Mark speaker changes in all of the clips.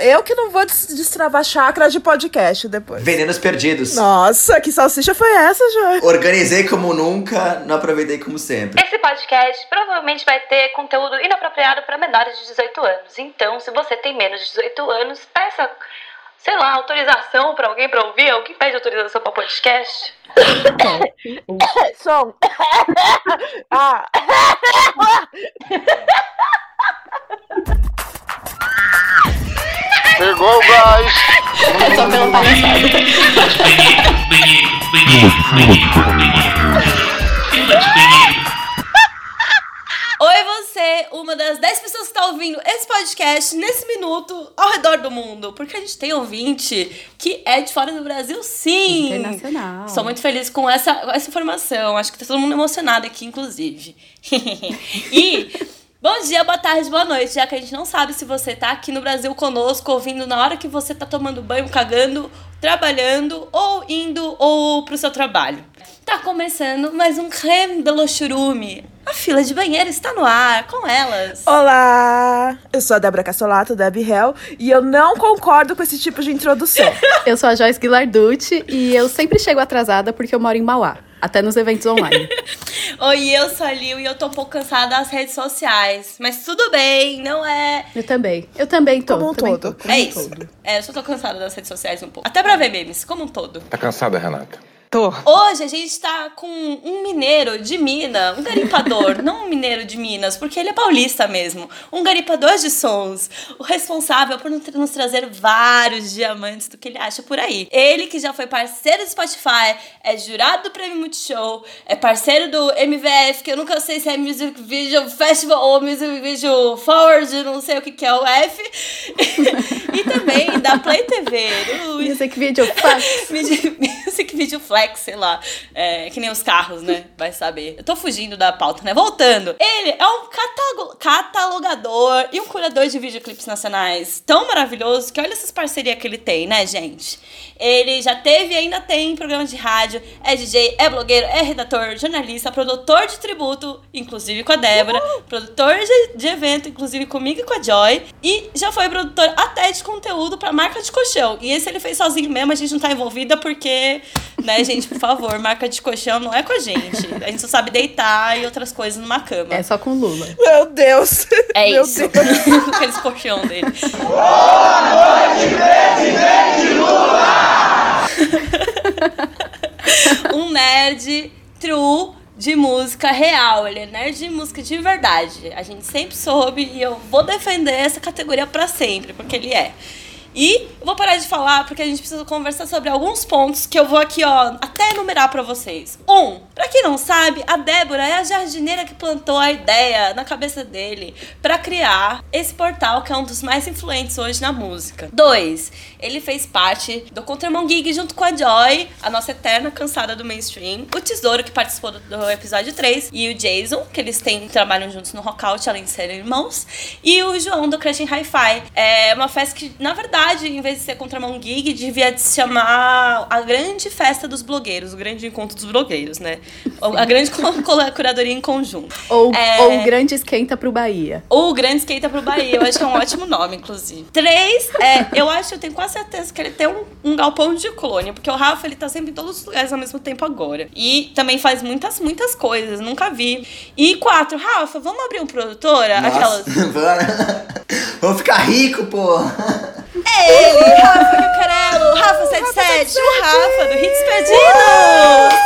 Speaker 1: Eu que não vou des- destravar chakra de podcast depois.
Speaker 2: Venenos perdidos.
Speaker 1: Nossa, que salsicha foi essa, Jô?
Speaker 2: Organizei como nunca, não aproveitei como sempre.
Speaker 3: Esse podcast provavelmente vai ter conteúdo inapropriado para menores de 18 anos. Então, se você tem menos de 18 anos, peça, sei lá, autorização para alguém para ouvir. Alguém pede autorização para podcast?
Speaker 1: Som. ah.
Speaker 4: Pegou o gás.
Speaker 3: Só pelo
Speaker 5: Oi, você, uma das 10 pessoas que está ouvindo esse podcast nesse minuto ao redor do mundo. Porque a gente tem ouvinte que é de fora do Brasil, sim.
Speaker 6: Internacional.
Speaker 5: Sou muito feliz com essa, com essa informação. Acho que tá todo mundo emocionado aqui, inclusive. e bom dia, boa tarde, boa noite. Já que a gente não sabe se você tá aqui no Brasil conosco, ouvindo na hora que você tá tomando banho, cagando, trabalhando, ou indo, ou pro seu trabalho. Tá começando mais um creme de Lochurume. A fila de banheiro está no ar, com elas.
Speaker 1: Olá! Eu sou a Débora Cassolato, Debbie Hell, e eu não concordo com esse tipo de introdução.
Speaker 6: Eu sou a Joyce Guilarducci e eu sempre chego atrasada porque eu moro em Mauá. Até nos eventos online.
Speaker 5: Oi, eu sou a Liu e eu tô um pouco cansada das redes sociais. Mas tudo bem, não é
Speaker 6: Eu também. Eu também tô.
Speaker 1: Como um
Speaker 6: também
Speaker 1: todo.
Speaker 6: tô, como
Speaker 5: É
Speaker 6: um
Speaker 5: isso.
Speaker 6: todo.
Speaker 5: É, eu só tô cansada das redes sociais um pouco. Até pra ver memes, como um todo.
Speaker 7: Tá cansada, Renata?
Speaker 8: Tô.
Speaker 5: Hoje a gente tá com um mineiro de mina, um garimpador, não um mineiro de Minas, porque ele é paulista mesmo. Um garimpador de sons, o responsável por nos tra- nos trazer vários diamantes do que ele acha por aí. Ele que já foi parceiro do Spotify, é jurado do Prêmio Multishow, é parceiro do MVF, que eu nunca sei se é Music Video Festival ou Music Video Forward, não sei o que que é o F. e também da Play TV, do
Speaker 6: Music Video Fuck.
Speaker 5: Midi- Music Video Flex, sei lá. É, que nem os carros, né? Vai saber. Eu tô fugindo da pauta, né? Voltando. Ele é um catago- catalogador e um curador de videoclipes nacionais tão maravilhoso que olha essas parcerias que ele tem, né, gente? Ele já teve e ainda tem programa de rádio, é DJ, é blogueiro, é redator, jornalista, produtor de tributo, inclusive com a Débora, produtor de, de evento, inclusive comigo e com a Joy, e já foi produtor até de conteúdo pra marca de colchão. E esse ele fez sozinho mesmo, a gente não tá envolvida porque, né, gente, por favor, marca de colchão não é com a gente. A gente só sabe deitar e outras coisas numa cama.
Speaker 6: É só com Lula.
Speaker 1: Meu Deus!
Speaker 5: É
Speaker 1: Meu
Speaker 5: isso.
Speaker 1: Deus.
Speaker 5: Aqueles colchão dele. um nerd true de música real. Ele é nerd de música de verdade. A gente sempre soube e eu vou defender essa categoria pra sempre, porque ele é. E eu vou parar de falar porque a gente precisa conversar sobre alguns pontos que eu vou aqui, ó, até enumerar pra vocês. Um, pra quem não sabe, a Débora é a jardineira que plantou a ideia na cabeça dele pra criar esse portal que é um dos mais influentes hoje na música. Dois, ele fez parte do Contramão Gig junto com a Joy, a nossa eterna cansada do mainstream, o Tesouro, que participou do, do episódio 3, e o Jason, que eles têm, trabalham juntos no Rockout, além de serem irmãos, e o João do Crushing Hi-Fi. É uma festa que, na verdade, em vez de ser Contramão Gig, devia se chamar a grande festa dos blogueiros, o grande encontro dos blogueiros, né? A grande co- co- curadoria em conjunto.
Speaker 6: Ou,
Speaker 5: É.
Speaker 6: ou o grande esquenta pro Bahia.
Speaker 5: Ou o Grande Skater pro Bahia. Eu acho que é um ótimo nome, inclusive. Três, é, eu acho, eu tenho quase certeza que ele tem um, um galpão de clone. Porque o Rafa, ele tá sempre em todos os lugares ao mesmo tempo agora. E também faz muitas, muitas coisas. Nunca vi. E quatro, Rafa, vamos abrir um produtora?
Speaker 2: Nossa,
Speaker 5: Aquelas.
Speaker 2: vamos- vamos ficar rico, pô.
Speaker 5: Ele, Rafa Cucarello, Rafa 77, o Rafa do Hits Perdidos!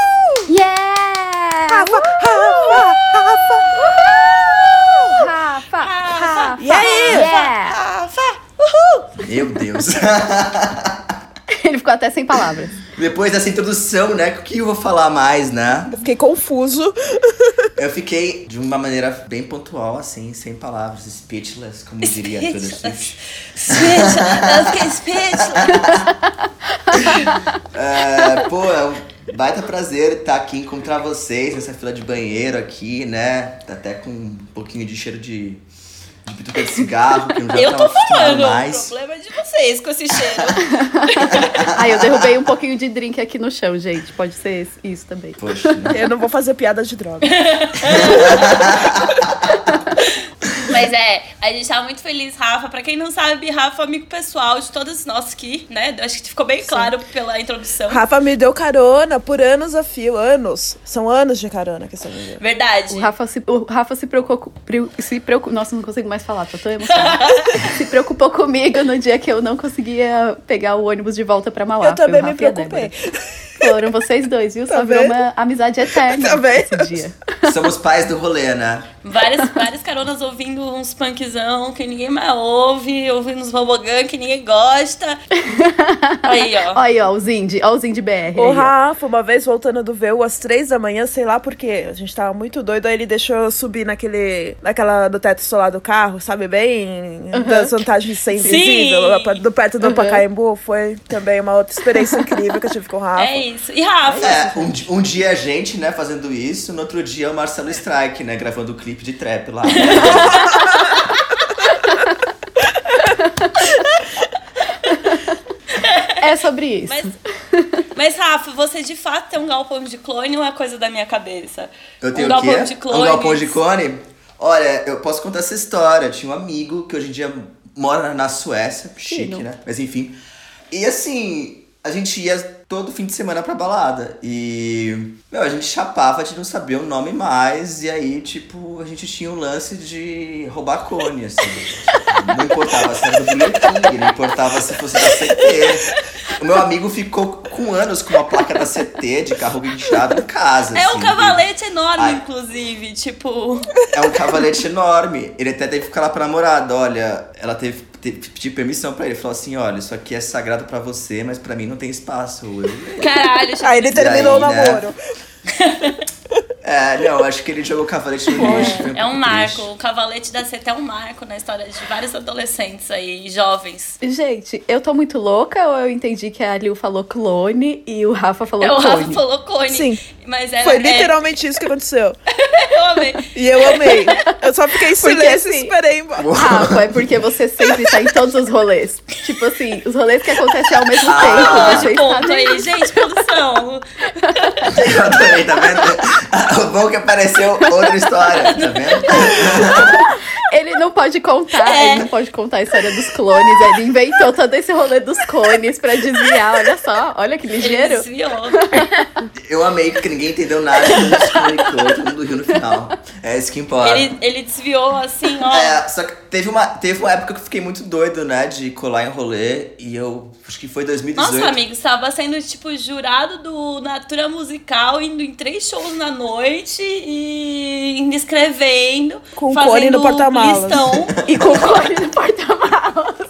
Speaker 6: Yeah!
Speaker 1: Rafa, Rafa,
Speaker 6: Rafa!
Speaker 5: Rafa!
Speaker 1: E aí?
Speaker 6: Yeah!
Speaker 5: Rafa!
Speaker 2: Meu Deus.
Speaker 6: Ele ficou até sem palavras.
Speaker 2: Depois dessa introdução, né? O que eu vou falar mais, né?
Speaker 1: Eu Fiquei confuso.
Speaker 2: Eu fiquei de uma maneira bem pontual, assim, sem palavras, speechless, como diria assim. Taylor Swift.
Speaker 5: Speech, eu fiquei speechless.
Speaker 2: É, pô, é um baita prazer estar aqui, encontrar vocês nessa fila de banheiro aqui, né? Tá até com um pouquinho de cheiro de, de pituca de cigarro, que eu já
Speaker 5: Eu
Speaker 2: tava
Speaker 5: tô
Speaker 2: acostumado
Speaker 5: falando, o
Speaker 2: um mais.
Speaker 5: problema é de vocês com esse cheiro.
Speaker 6: Aí eu derrubei um pouquinho de drink aqui no chão, gente. Pode ser esse- isso também.
Speaker 2: Poxa, né?
Speaker 1: Eu não vou fazer piada de droga.
Speaker 5: Mas é, a gente tá muito feliz, Rafa. Pra quem não sabe, Rafa é amigo pessoal de todos nós aqui, né? Acho que ficou bem claro pela introdução.
Speaker 1: Rafa me deu carona por anos a fio. Anos. São anos de carona que essa menina.
Speaker 5: Verdade.
Speaker 6: O Rafa se, o Rafa se preocupou. Se preocu- Nossa, não consigo mais falar, tô tão emocionada. se preocupou comigo no dia que eu não conseguia pegar o ônibus de volta pra Mauá.
Speaker 1: Eu também
Speaker 6: Foi o
Speaker 1: me
Speaker 6: Rafa e a
Speaker 1: preocupei.
Speaker 6: Débora. Foram vocês dois, viu?
Speaker 1: Tá
Speaker 6: Só virou
Speaker 1: vendo?
Speaker 6: uma amizade eterna
Speaker 1: Tá vendo?
Speaker 6: esse dia.
Speaker 2: Somos pais do rolê, né?
Speaker 5: Várias, várias caronas ouvindo uns punkzão que ninguém mais ouve, ouvindo uns bobogan que ninguém gosta. Aí, ó.
Speaker 6: Olha aí, ó, os Indy, ó, os Indy BR.
Speaker 1: O
Speaker 6: aí, ó.
Speaker 1: Rafa, uma vez voltando do VU às três da manhã, sei lá porquê. A gente tava muito doido, aí ele deixou eu subir naquele. naquela do teto solar do carro, sabe? Bem. Das vantagens de ser
Speaker 5: Sim.
Speaker 1: invisível, lá pra- do perto do
Speaker 6: Uhum.
Speaker 1: Pacaembu. Foi também uma outra experiência incrível que eu tive com o Rafa.
Speaker 5: É isso. E Rafa?
Speaker 2: É, um, di- um dia a gente, né, fazendo isso, no outro dia o Marcelo Strike, né, gravando o clipe de trap lá.
Speaker 6: É sobre isso.
Speaker 5: Mas, mas, Rafa, você de fato tem um galpão de clone ou é coisa da minha cabeça?
Speaker 2: Eu tenho
Speaker 5: um
Speaker 2: o quê?
Speaker 5: galpão de clone.
Speaker 2: Um galpão de clone? Olha, eu posso contar essa história. Eu tinha um amigo que hoje em dia mora na Suécia, chique,
Speaker 6: Fino.
Speaker 2: né? Mas enfim. E assim, a gente ia todo fim de semana pra balada. E, meu, a gente chapava de não saber o nome mais. E aí, tipo, a gente tinha um lance de roubar cone, assim. Não importava se era do Burger King, não importava se fosse da CT. O meu amigo ficou com anos com uma placa da CT de carro guinchado em casa.
Speaker 5: É um
Speaker 2: assim.
Speaker 5: cavalete enorme,
Speaker 2: Ai.
Speaker 5: inclusive. Tipo,
Speaker 2: É um cavalete enorme. Ele até teve que falar pra namorada, olha, ela teve teve- pedir permissão pra ele. Falou assim, olha, isso aqui é sagrado pra você, mas pra mim não tem espaço. Eu-
Speaker 5: caralho,
Speaker 1: Aí ele
Speaker 2: E aí,
Speaker 1: terminou o
Speaker 2: né?
Speaker 1: namoro.
Speaker 2: É, não, acho que ele jogou o cavalete no lixo. foi
Speaker 5: É um
Speaker 2: pouco
Speaker 5: marco.
Speaker 2: triste.
Speaker 5: O cavalete da CT é um marco na história de vários adolescentes aí, jovens.
Speaker 6: Gente, eu tô muito louca ou eu entendi que a Liu falou clone e o Rafa falou
Speaker 5: É, o
Speaker 6: clone?
Speaker 5: Rafa falou cone.
Speaker 1: Sim.
Speaker 5: Mas era,
Speaker 6: É.
Speaker 1: Foi literalmente isso que aconteceu.
Speaker 5: É, eu amei.
Speaker 1: E eu amei. Eu só fiquei em
Speaker 6: Porque,
Speaker 1: silêncio e
Speaker 6: assim,
Speaker 1: esperei embora.
Speaker 6: Rafa, é porque você sempre tá em todos os rolês. Tipo assim, os rolês que acontecem ao mesmo
Speaker 2: Ah,
Speaker 6: tempo. Você
Speaker 5: Esse
Speaker 1: Tá
Speaker 5: ponto
Speaker 6: está...
Speaker 5: aí, gente, produção.
Speaker 2: Eu adorei, tá vendo? O bom é que apareceu outra história, tá vendo?
Speaker 6: Ele não pode contar,
Speaker 5: É.
Speaker 6: ele não pode contar a história dos clones. Ele inventou todo esse rolê dos clones pra desviar. Olha só, olha que
Speaker 5: Ele
Speaker 6: ligeiro.
Speaker 5: desviou.
Speaker 2: Eu amei que ninguém entendeu nada, todo mundo se comunicou, todo mundo riu no final. É isso que importa.
Speaker 5: Ele, ele desviou assim, ó.
Speaker 2: É, só que teve uma, teve uma época que eu fiquei muito doido, né, de colar em rolê. E eu, acho que foi 2018.
Speaker 5: Nossa, amigo, você tava sendo, tipo, jurado do Natura Musical, indo em três shows na noite e indo escrevendo.
Speaker 1: Com um
Speaker 5: fazendo
Speaker 1: cone no porta-malas.
Speaker 5: listão.
Speaker 6: E com clone no porta-malas.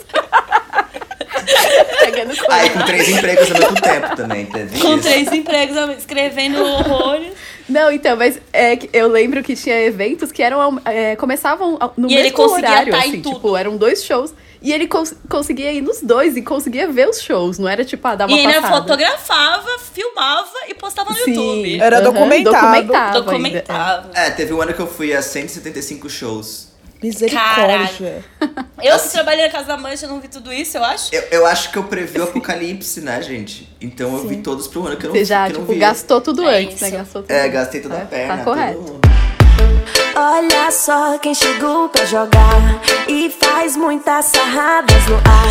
Speaker 6: Pegando clone.
Speaker 2: Aí com três empregos ao mesmo tempo também, teve
Speaker 5: Com
Speaker 2: isso.
Speaker 5: três empregos, escrevendo horrores.
Speaker 6: Não, então, mas é que eu lembro que tinha eventos que eram ao- é, começavam ao- no
Speaker 5: E ele
Speaker 6: mesmo
Speaker 5: conseguia
Speaker 6: horário,
Speaker 5: tá em
Speaker 6: assim,
Speaker 5: tudo.
Speaker 6: tipo, eram dois shows e ele cons- conseguia ir nos dois e conseguia ver os shows, não era tipo ah, dar
Speaker 5: E é
Speaker 6: uma
Speaker 5: ainda
Speaker 6: passada.
Speaker 5: fotografava, filmava e postava no
Speaker 6: Sim, É.
Speaker 5: YouTube.
Speaker 1: Era
Speaker 6: aham,
Speaker 1: documentado.
Speaker 6: documentava ainda,
Speaker 5: Documentava.
Speaker 2: É, teve um ano que eu fui a 175 shows.
Speaker 1: Misericórdia.
Speaker 5: Eu que trabalhei na Casa da Mancha, não vi tudo isso, eu acho.
Speaker 2: Eu, eu acho que eu previ o apocalipse, né, gente? Então eu vi todos pro ano que eu
Speaker 6: é.
Speaker 2: não,
Speaker 6: Você já,
Speaker 2: que eu não
Speaker 6: tipo,
Speaker 2: vi.
Speaker 6: gastou tudo
Speaker 5: É
Speaker 6: antes, né?
Speaker 5: isso.
Speaker 6: Gastou tudo
Speaker 2: É,
Speaker 6: antes.
Speaker 2: gastei toda
Speaker 6: É,
Speaker 2: a perna.
Speaker 6: Tá correto.
Speaker 2: todo-
Speaker 4: Olha só quem chegou pra jogar e faz muitas sarradas no ar.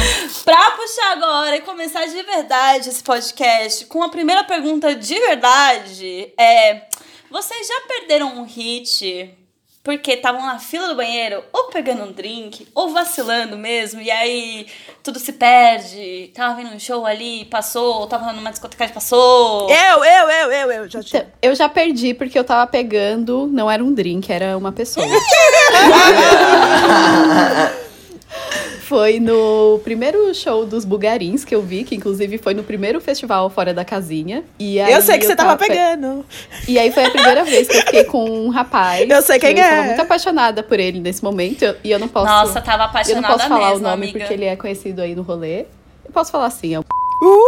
Speaker 5: Pra puxar agora e começar de verdade esse podcast, com a primeira pergunta de verdade, é... Vocês já perderam um hit porque estavam na fila do banheiro ou pegando um drink ou vacilando mesmo e aí tudo se perde? Tava vendo um show ali, passou, tava numa discoteca, passou.
Speaker 6: É.
Speaker 1: Eu, eu, eu, eu, eu. Já
Speaker 6: Então,
Speaker 1: tinha.
Speaker 6: eu já perdi porque eu tava pegando, não era um drink, era uma pessoa. Foi no primeiro show dos Bugarins que eu vi, que inclusive foi no primeiro festival Fora da Casinha. Então, E aí
Speaker 1: eu sei que você tava
Speaker 6: pe-
Speaker 1: pegando.
Speaker 6: E aí foi a primeira vez que eu fiquei com um rapaz.
Speaker 1: Eu sei quem
Speaker 6: que Eu
Speaker 1: é.
Speaker 6: tava muito apaixonada por ele nesse momento. eu- E eu não posso.
Speaker 5: Nossa, tava
Speaker 6: eu
Speaker 5: apaixonada
Speaker 6: não posso falar
Speaker 5: mesmo,
Speaker 6: o nome
Speaker 5: amiga.
Speaker 6: porque ele é conhecido aí no rolê. Eu posso falar assim, é o
Speaker 1: Uh!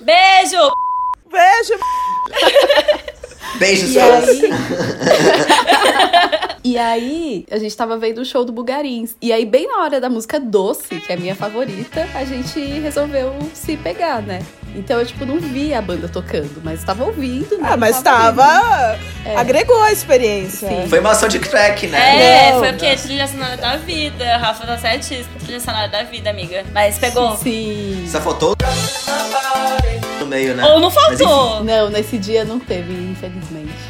Speaker 5: Beijo!
Speaker 1: Beijo.
Speaker 2: Beijos,
Speaker 6: E
Speaker 2: fãs.
Speaker 6: aí... e aí, a gente tava vendo o show do Bugarins. E aí, bem na hora da música Doce, que é a minha favorita, a gente resolveu se pegar, né? Então eu, tipo, não vi a banda tocando, mas tava ouvindo, né?
Speaker 1: Ah, mas tava. É. Agregou a experiência.
Speaker 6: Sim.
Speaker 2: Foi uma ação de crack, né?
Speaker 5: É,
Speaker 1: Não,
Speaker 5: foi o quê? Trilha sonora da vida. Rafa tá certíssimo. Trilha sonora da vida, amiga. Mas pegou.
Speaker 6: Sim.
Speaker 2: Só faltou no meio, né?
Speaker 5: Ou não
Speaker 2: Mas enfim,
Speaker 5: faltou.
Speaker 6: Não, nesse dia não teve, infelizmente.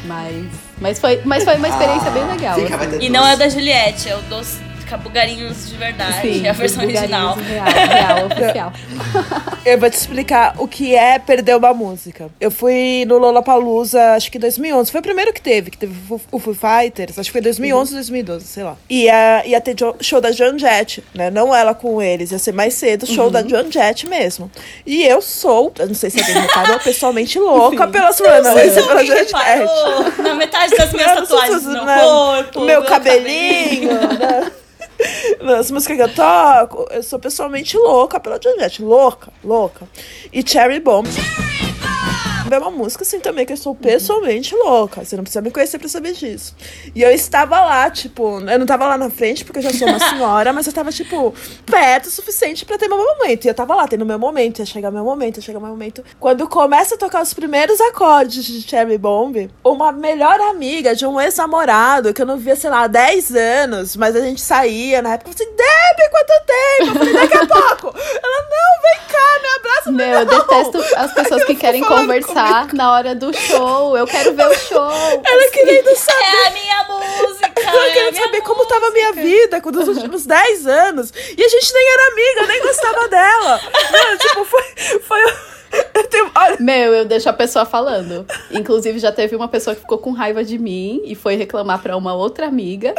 Speaker 6: Mas, mas, foi, mas foi uma experiência
Speaker 2: Ah,
Speaker 6: bem legal. assim.
Speaker 2: fica, vai ter
Speaker 5: E
Speaker 2: doce.
Speaker 5: não é o da Juliette, é o dos cabugarinhos de verdade.
Speaker 6: Sim,
Speaker 5: é a versão
Speaker 6: dos
Speaker 5: original.
Speaker 6: lugarinhos Assim, Real, real, oficial.
Speaker 1: Eu vou te explicar o que é perder uma música. Eu fui no Lollapalooza, acho que em 2011. Foi o primeiro que teve, que teve o Foo- o Foo Fighters. Acho que foi 2011 ou 2012, sei lá. E ia, ia ter jo- show da Joan Jett, né? Não ela com eles, ia ser mais cedo, show da Joan Jett mesmo. E eu sou, eu não sei se alguém reparou, pessoalmente louca pelas Não, não,
Speaker 5: Vocês
Speaker 1: é
Speaker 5: são
Speaker 1: pela
Speaker 5: quem
Speaker 1: Joan Jett.
Speaker 5: reparou Na metade das minhas
Speaker 1: Não,
Speaker 5: tatuagens
Speaker 1: su-
Speaker 5: no
Speaker 1: su-
Speaker 5: meu
Speaker 1: né,
Speaker 5: corpo.
Speaker 1: o meu
Speaker 5: meu
Speaker 1: cabelinho, né? Nas músicas que eu toco, eu sou pessoalmente louca pela Juliette. Louca, louca. E Cherry Bomb. É uma música assim também que eu sou pessoalmente louca. Você não precisa me conhecer pra saber disso. E eu estava lá, tipo, eu não tava lá na frente porque eu já sou uma senhora, mas eu tava, tipo, perto o suficiente pra ter meu momento. E eu tava lá, tendo meu momento, ia chegar meu momento, ia chegar meu momento. Quando começa a tocar os primeiros acordes de Cherry Bomb, uma melhor amiga de um ex-namorado que eu não via, sei lá, há 10 anos, mas a gente saía na época, eu falei assim, Debbie, quanto tempo? Eu falei, daqui a pouco. Ela, não, vem cá, me abraça.
Speaker 6: Meu, eu detesto as pessoas que querem
Speaker 1: falando
Speaker 6: conversar na hora do show. Eu quero ver o show.
Speaker 1: Ela querendo saber.
Speaker 5: É a minha música.
Speaker 1: Eu
Speaker 5: é a
Speaker 1: queria
Speaker 5: minha
Speaker 1: saber como tava a minha vida com os últimos 10 anos. E a gente nem era amiga, eu nem gostava dela. Mano, tipo, foi. foi... um Eu tenho. Olha,
Speaker 6: Meu, eu deixo a pessoa falando. Inclusive, já teve uma pessoa que ficou com raiva de mim e foi reclamar pra uma outra amiga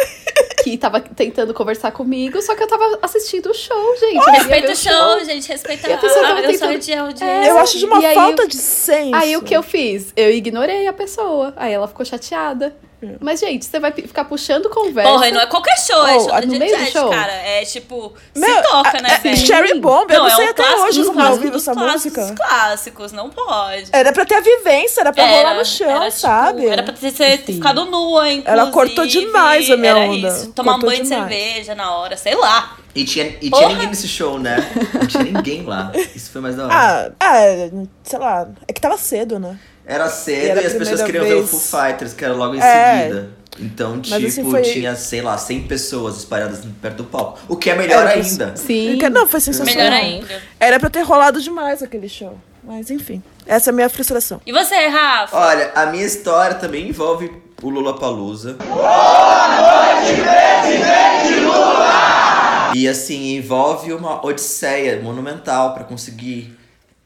Speaker 6: que tava tentando conversar comigo, só que eu tava assistindo o show, gente. Eu queria ver
Speaker 5: Respeita o show, gente. Respeita
Speaker 6: E
Speaker 5: a,
Speaker 6: a pessoa tava
Speaker 5: a, a sua
Speaker 6: tentando-
Speaker 5: de
Speaker 6: É,
Speaker 5: audiência.
Speaker 1: eu acho de uma
Speaker 6: e aí-
Speaker 1: falta de senso.
Speaker 6: Aí o que eu fiz? Eu ignorei a pessoa. Aí ela ficou chateada. Mas, gente, você vai pi- ficar puxando conversa.
Speaker 5: Porra, e não é qualquer show, é
Speaker 6: Oh,
Speaker 5: show da
Speaker 6: no meio do
Speaker 5: Jet,
Speaker 6: show?
Speaker 5: cara. É tipo,
Speaker 1: Meu,
Speaker 5: se toca,
Speaker 1: é-
Speaker 5: né,
Speaker 1: é
Speaker 5: velho?
Speaker 1: Cherry Bomb, eu não,
Speaker 5: é
Speaker 1: sei
Speaker 5: um
Speaker 1: até
Speaker 5: clássico um
Speaker 1: hoje
Speaker 5: dos
Speaker 1: como eu
Speaker 5: clássicos
Speaker 1: ouvi essa
Speaker 5: dos
Speaker 1: música.
Speaker 5: clássicos, dos clássicos, não pode.
Speaker 1: Era pra ter a vivência, era pra rolar no chão,
Speaker 5: era, tipo,
Speaker 1: sabe?
Speaker 5: Era pra ter, ter
Speaker 6: Sim.
Speaker 5: ficado nua, inclusive.
Speaker 1: Ela cortou demais a minha
Speaker 5: era
Speaker 1: onda.
Speaker 5: Isso. Tomar
Speaker 1: Cortou
Speaker 5: um banho
Speaker 1: demais.
Speaker 5: de cerveja na hora, sei lá.
Speaker 2: E tinha, e tinha
Speaker 5: Porra!
Speaker 2: ninguém nesse show, né? Não tinha ninguém lá. Isso foi mais da hora.
Speaker 1: Ah, é, sei lá. É que tava cedo, né?
Speaker 2: Era cedo e,
Speaker 1: Era a
Speaker 2: as pessoas
Speaker 1: primeira
Speaker 2: queriam ver o
Speaker 1: vez.
Speaker 2: Foo Fighters, que era logo em
Speaker 1: É.
Speaker 2: seguida. Então, tipo,
Speaker 1: assim, foi-
Speaker 2: tinha, sei lá, 100 pessoas espalhadas perto do palco. O que é melhor
Speaker 1: Era-
Speaker 2: ainda.
Speaker 6: Sim.
Speaker 1: Não, foi sensacional.
Speaker 5: Melhor ainda.
Speaker 1: Era pra ter rolado demais aquele show. Mas enfim, essa é a minha frustração.
Speaker 5: E você, Rafa?
Speaker 2: Olha, a minha história também envolve o Lollapalooza. Boa noite, Lula! E assim, envolve uma odisseia monumental pra conseguir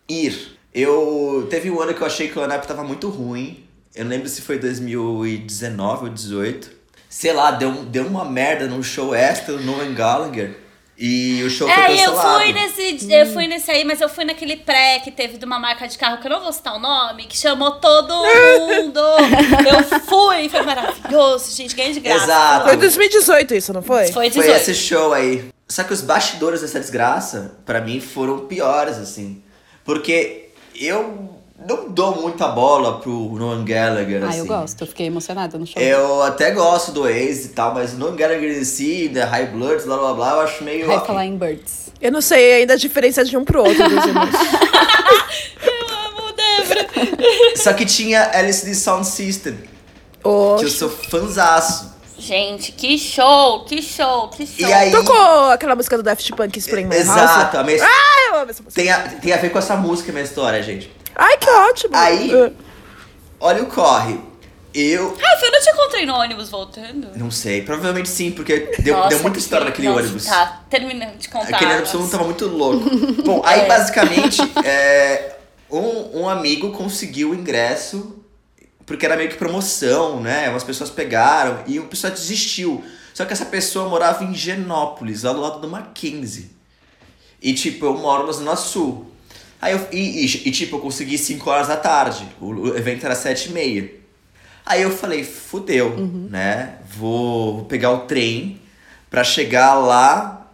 Speaker 2: ir. Eu... Teve um ano que eu achei que o lineup tava muito ruim. Eu não lembro se foi 2019 ou 18. Sei lá, deu, um- deu uma merda num show extra no Nolan Gallagher. E o show foi
Speaker 5: É, eu
Speaker 2: cancelado.
Speaker 5: fui nesse. Eu fui nesse aí, mas eu fui naquele pré que teve de uma marca de carro que eu não vou citar o nome, que chamou todo mundo. eu fui, foi maravilhoso, gente, ganhei de graça.
Speaker 2: Exato.
Speaker 1: Foi 2018 isso, não foi?
Speaker 2: Foi
Speaker 5: Foi 18.
Speaker 2: esse show aí. Só que os bastidores dessa desgraça, pra mim, foram piores, assim. Porque eu não dou muita bola pro Noan Gallagher,
Speaker 6: Ah,
Speaker 2: assim.
Speaker 6: eu gosto. Eu fiquei emocionada no show.
Speaker 2: Eu até gosto do Ace e tal, mas o Noan Gallagher em si, The High Bloods, blá blá blá, eu acho meio...
Speaker 6: Vai
Speaker 2: ok.
Speaker 6: falar em Birds.
Speaker 1: Eu não sei ainda a diferença de um pro outro dos irmãos.
Speaker 5: Eu amo o Débora.
Speaker 2: Só que tinha LCD Sound System, que eu
Speaker 1: Oxe.
Speaker 2: sou fanzaço.
Speaker 5: Gente, que show, que show, que show.
Speaker 2: E aí...
Speaker 1: Tocou aquela música do Daft Punk Spring My House?
Speaker 2: Exato, a minha...
Speaker 1: Ah, eu amo essa música.
Speaker 2: tem, a, tem a ver com essa música, a minha história, gente.
Speaker 1: Ai, que ótimo.
Speaker 2: Aí-
Speaker 1: Uh,
Speaker 2: Olha o corre. Eu
Speaker 5: Rafa, eu não te encontrei no ônibus voltando.
Speaker 2: Não sei, provavelmente sim, porque deu,
Speaker 5: Nossa,
Speaker 2: deu muita
Speaker 5: que-
Speaker 2: história naquele
Speaker 5: nossa,
Speaker 2: ônibus.
Speaker 5: Tá, terminando de contar.
Speaker 2: Aquele ônibus tá- todo mundo tava muito louco. Bom, aí basicamente, é, um, um amigo conseguiu o ingresso, porque era meio que promoção, né? Umas pessoas pegaram e o pessoal desistiu. Só que essa pessoa morava em Genópolis, lá do lado do Mackenzie. E tipo, eu moro na Zona Sul. Aí eu, e, e- e, tipo, eu consegui 5 horas da tarde. O, o evento era 7 e meia. Aí eu falei, fudeu, né? Vou, vou pegar o trem pra chegar lá.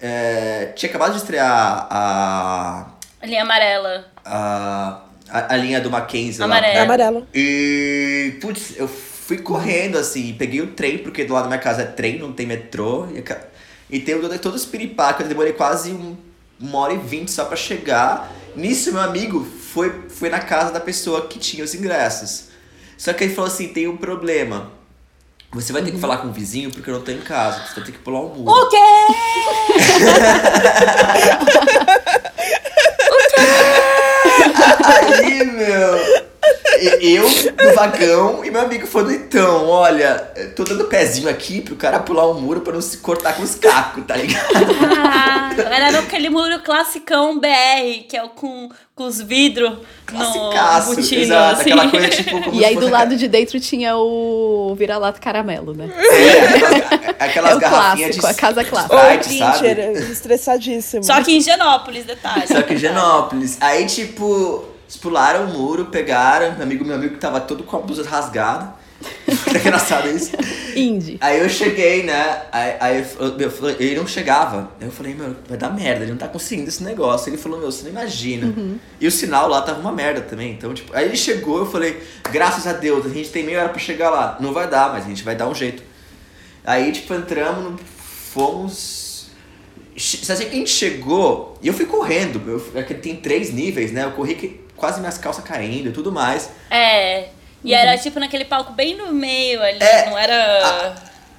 Speaker 2: É, tinha acabado de estrear a,
Speaker 5: Linha amarela.
Speaker 2: a, a, a linha do Mackenzie
Speaker 5: Amarelo.
Speaker 2: lá.
Speaker 1: é amarelo.
Speaker 2: E, putz, eu fui correndo, assim, peguei o trem, porque do lado da minha casa é trem, não tem metrô. E, aca- e tem todo, todo esse piripá, que eu demorei quase um, uma hora e vinte só pra chegar. Nisso, meu amigo foi, foi na casa da pessoa que tinha os ingressos. Só que ele falou assim: tem um problema. Você vai ter que falar com o vizinho porque eu não tô em casa. Você vai ter que pular um muro.
Speaker 5: O quê?
Speaker 2: Aí, meu. e- Eu no vagão e meu amigo falando: então, olha, eu tô dando pezinho aqui pro cara pular um muro pra não se cortar com os cacos, tá ligado?
Speaker 5: Ah, era aquele muro classicão BR, que é o com, com os vidros no
Speaker 2: Classicaço,
Speaker 5: butino,
Speaker 2: Assim, exato.
Speaker 5: assim.
Speaker 2: Aquela coisa tipo. Como
Speaker 6: E
Speaker 2: se
Speaker 6: aí
Speaker 2: fosse
Speaker 6: do
Speaker 2: a ca-
Speaker 6: lado de dentro tinha o vira-lata caramelo, né?
Speaker 2: É, aquelas- aquelas
Speaker 6: É o
Speaker 2: garrafinhas
Speaker 6: clássico, a
Speaker 2: de.
Speaker 6: casa clássica.
Speaker 2: Sprite,
Speaker 1: Ô,
Speaker 2: sabe?
Speaker 1: Pincher, estressadíssimo.
Speaker 5: Só que em Genópolis, detalhe.
Speaker 2: Só que Genópolis. Aí, tipo, eles pularam o muro, pegaram. Meu amigo, meu amigo que tava todo com a blusa rasgada. Tá engraçado isso.
Speaker 6: Indie.
Speaker 2: Aí eu cheguei, né? Aí, aí eu fal- meu, eu falei- ele não chegava. Aí eu falei, meu, vai dar merda, ele não tá conseguindo esse negócio. Ele falou, meu, você não imagina. E o sinal lá tava uma merda também. Então, tipo, aí ele chegou, eu falei, graças a Deus, a gente tem meia hora pra chegar lá. Não vai dar, mas a gente vai dar um jeito. Aí, tipo, entramos, no- fomos. Che- Sabe assim que a gente chegou, e eu fui correndo, eu, fui- é que tem três níveis, né? Eu corri que quase minhas calças caindo e tudo mais.
Speaker 5: É. E era tipo naquele palco bem no meio ali,
Speaker 2: É.
Speaker 5: não era.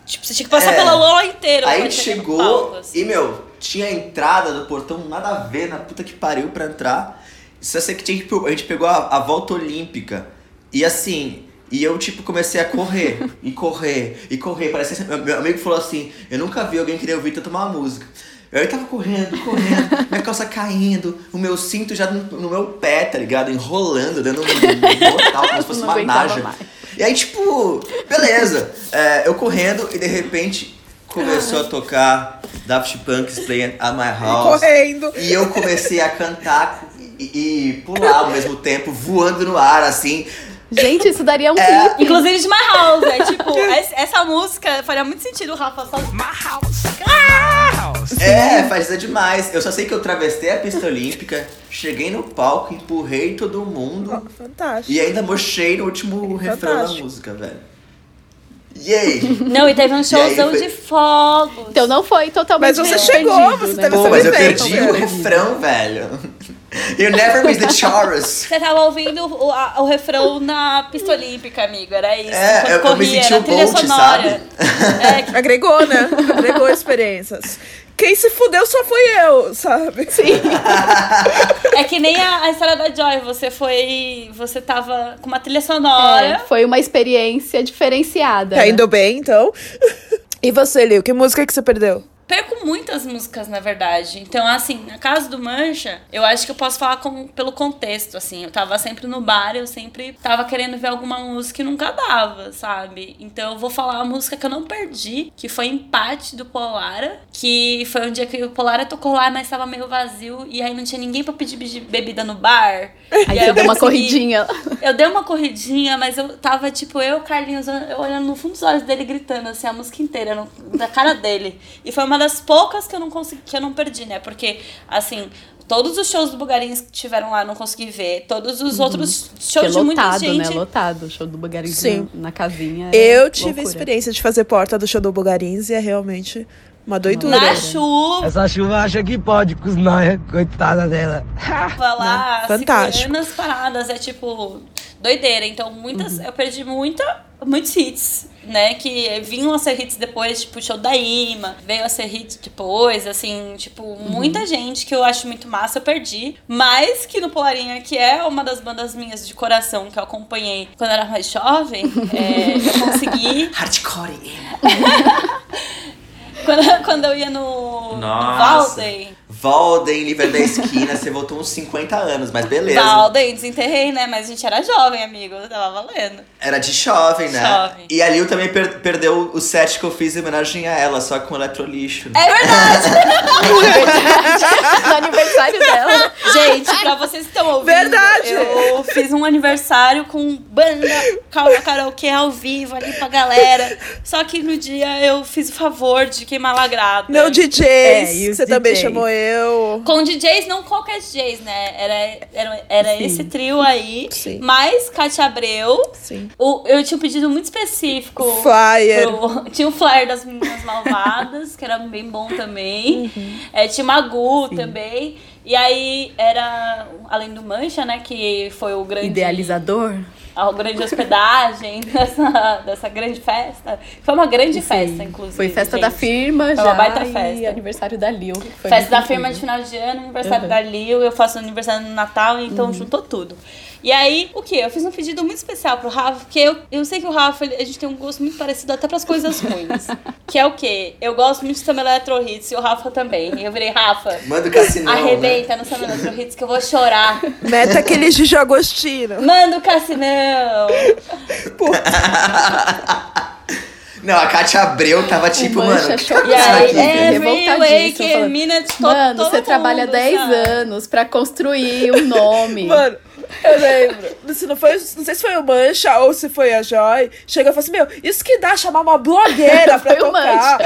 Speaker 5: Tipo, você tinha que passar
Speaker 2: É.
Speaker 5: pela lola inteira.
Speaker 2: Aí
Speaker 5: pra
Speaker 2: a gente
Speaker 5: chegar no
Speaker 2: chegou
Speaker 5: palco, assim.
Speaker 2: e, meu, tinha a entrada do portão, nada a ver, na puta que pariu pra entrar. Só sei que tinha que, a gente pegou a, a volta olímpica. E assim, e eu, tipo, comecei a correr, e correr, e correr. Parece meu, meu amigo falou assim: eu nunca vi alguém querer ouvir tanto uma música. Eu tava correndo, correndo, minha calça caindo, o meu cinto já no, no meu pé, tá ligado? Enrolando, dando um mortal, como se fosse
Speaker 6: Não
Speaker 2: uma
Speaker 6: aguentava
Speaker 2: naja.
Speaker 6: mais.
Speaker 2: E aí, tipo, beleza. É, eu correndo e de repente começou a tocar Daft Punk's Playing at My House.
Speaker 1: Correndo.
Speaker 2: E eu comecei a cantar e, e pular ao mesmo tempo, voando no ar, assim.
Speaker 6: Gente, isso daria um
Speaker 1: É.
Speaker 6: clipe.
Speaker 5: Inclusive de My House, é tipo, es- essa música faria muito sentido o Rafa só.
Speaker 2: É, fazia demais. Eu só sei que eu travestei a pista olímpica, cheguei no palco, empurrei todo mundo
Speaker 1: Fantástico.
Speaker 2: e ainda mochei no último refrão da
Speaker 1: Fantástico.
Speaker 2: música, velho. E aí?
Speaker 5: Não, e teve um showzão
Speaker 2: foi-
Speaker 5: de fogos.
Speaker 6: Então não foi totalmente
Speaker 1: Mas você
Speaker 6: perdido,
Speaker 1: chegou, você
Speaker 6: né?
Speaker 1: teve
Speaker 2: Pô, mas eu
Speaker 1: sobrevivente,
Speaker 2: perdi o
Speaker 1: né?
Speaker 2: refrão, velho. You never miss the chorus.
Speaker 5: Você tava ouvindo o, a- o refrão na pista olímpica, amigo. Era isso.
Speaker 2: É,
Speaker 5: enquanto
Speaker 2: eu- eu me senti
Speaker 5: era
Speaker 2: o
Speaker 5: trilha
Speaker 2: Bolt,
Speaker 5: sonora. É, que
Speaker 1: Agregou, né? Agregou experiências. Quem se fudeu só foi eu, sabe? Sim.
Speaker 5: É que nem a, a história da Joy, você foi. Você tava com uma trilha
Speaker 6: É,
Speaker 5: sonora.
Speaker 6: foi uma experiência diferenciada.
Speaker 1: Tá
Speaker 6: né?
Speaker 1: indo bem, então. E você, Liu, que música que você perdeu?
Speaker 5: Perco muitas músicas, na verdade. Então, assim, na casa do Mancha, eu acho que eu posso falar como- pelo contexto, assim. Eu tava sempre no bar, eu sempre tava querendo ver alguma música e nunca dava, sabe? Então eu vou falar a música que eu não perdi, que foi Empate do Polara. Que foi um dia que o Polara tocou lá, mas tava meio vazio. E aí não tinha ninguém pra pedir be- bebida no bar.
Speaker 6: Aí
Speaker 5: e assim,
Speaker 6: você
Speaker 5: eu
Speaker 6: deu uma
Speaker 5: consegui-
Speaker 6: corridinha.
Speaker 5: Eu dei uma corridinha, mas eu tava, tipo, eu, Carlinhos, eu olhando no fundo dos olhos dele, gritando, assim, a música inteira, no- da cara dele. E foi uma das poucas que eu não consegui, que eu não perdi, né? Porque, assim, todos os shows do Bugarins que tiveram lá eu não consegui ver. Todos os outros
Speaker 6: Porque
Speaker 5: shows de muita
Speaker 6: Uhum. lotado, né?
Speaker 5: gente.
Speaker 6: Lotado. O show do Bugarinho
Speaker 1: Sim.
Speaker 6: na casinha. é
Speaker 1: eu tive a
Speaker 6: loucura.
Speaker 1: experiência de fazer porta do show do Bugarins e é realmente uma doidura.
Speaker 5: na
Speaker 6: Lotado.
Speaker 5: chuva
Speaker 7: Essa chuva acha que pode com os nós, coitada dela.
Speaker 5: lá,
Speaker 1: Não, fantástico.
Speaker 5: segurando as paradas, é tipo doideira. Então, muitas,
Speaker 1: Uhum.
Speaker 5: eu perdi muita, muitos hits, né? Que vinham a ser hits depois, tipo, show da Ima, veio a ser hit depois, assim, tipo,
Speaker 1: Uhum.
Speaker 5: muita gente que eu acho muito massa, eu perdi. Mas que no Polarinha, que é uma das bandas minhas de coração que eu acompanhei quando eu era mais jovem, é, eu consegui.
Speaker 2: Hardcore emo.
Speaker 5: Quando, quando eu ia no, no
Speaker 2: Nossa.
Speaker 5: Valden.
Speaker 2: Valden, livre da esquina, você voltou uns 50 anos, mas beleza.
Speaker 5: Valden, desenterrei, né? Mas a gente era jovem, amigo, tava valendo.
Speaker 2: Era de jovem, né?
Speaker 5: Jovem.
Speaker 2: E a Lil também per- perdeu o set que eu fiz em homenagem a ela, só com eletrolixo. né?
Speaker 5: É verdade!
Speaker 6: No aniversário dela.
Speaker 5: Gente, pra vocês que estão ouvindo,
Speaker 1: Verdade.
Speaker 5: eu fiz um aniversário com banda kara- karaokê ao vivo ali pra galera. Só que no dia eu fiz o favor de queimar lagrada.
Speaker 1: Meu DJs,
Speaker 6: É, e os
Speaker 1: você também
Speaker 6: DJs?
Speaker 1: chamou eu.
Speaker 5: Com DJs, não qualquer DJs, né? Era, era, era esse trio aí.
Speaker 1: Sim.
Speaker 5: Mais Cátia Abreu.
Speaker 1: Sim.
Speaker 5: O- eu tinha um pedido muito específico.
Speaker 1: Flyer.
Speaker 5: pro- tinha o flyer das
Speaker 6: Uhum.
Speaker 5: meninas malvadas, que era bem bom também. É, tinha Magu também. E aí era, além do Mancha, né, que foi o grande...
Speaker 6: Idealizador?
Speaker 5: A grande hospedagem dessa, dessa grande festa. Foi uma grande festa, inclusive.
Speaker 6: Foi festa
Speaker 5: gente.
Speaker 6: da firma
Speaker 5: Foi
Speaker 6: já.
Speaker 5: uma baita
Speaker 6: e
Speaker 5: festa.
Speaker 6: aniversário da Lil. que foi
Speaker 5: Festa da
Speaker 6: muito
Speaker 5: firma de
Speaker 6: incrível.
Speaker 5: final de ano, aniversário da Lil, eu faço aniversário no Natal, então
Speaker 6: Uhum.
Speaker 5: juntou tudo. E aí, o que? Eu fiz um pedido muito especial pro Rafa, porque eu, eu sei que o Rafa, ele- a gente tem um gosto muito parecido até pras coisas ruins. que é o quê? Eu gosto muito de Samba Electro Hits e o Rafa também. E eu virei, Rafa,
Speaker 2: Manda o cassinão, né?
Speaker 5: arrebenta no Samba Electro Hits que eu vou chorar.
Speaker 1: Meta aquele Gigi Agostino.
Speaker 5: Manda o Cassinão!
Speaker 2: Não, a Kátia Abreu tava tipo,
Speaker 6: Mancha É,
Speaker 2: mano, o que tá
Speaker 6: chocado.
Speaker 5: E
Speaker 2: acontecendo
Speaker 5: aí,
Speaker 2: aqui?
Speaker 6: é,
Speaker 5: É, every
Speaker 6: Revoltadíssimo,
Speaker 5: wake
Speaker 6: falando,
Speaker 5: minute, to-
Speaker 6: Mano,
Speaker 5: todo
Speaker 6: você trabalha
Speaker 5: mundo,
Speaker 6: 10
Speaker 5: sabe?
Speaker 6: anos pra construir um nome.
Speaker 1: Mano, eu lembro. Se não, foi, não sei se foi o Mancha ou se foi a Joy. Chegou e falou assim: Meu, isso que dá chamar uma blogueira pra
Speaker 6: Foi o
Speaker 1: tocar. um
Speaker 6: Mancha.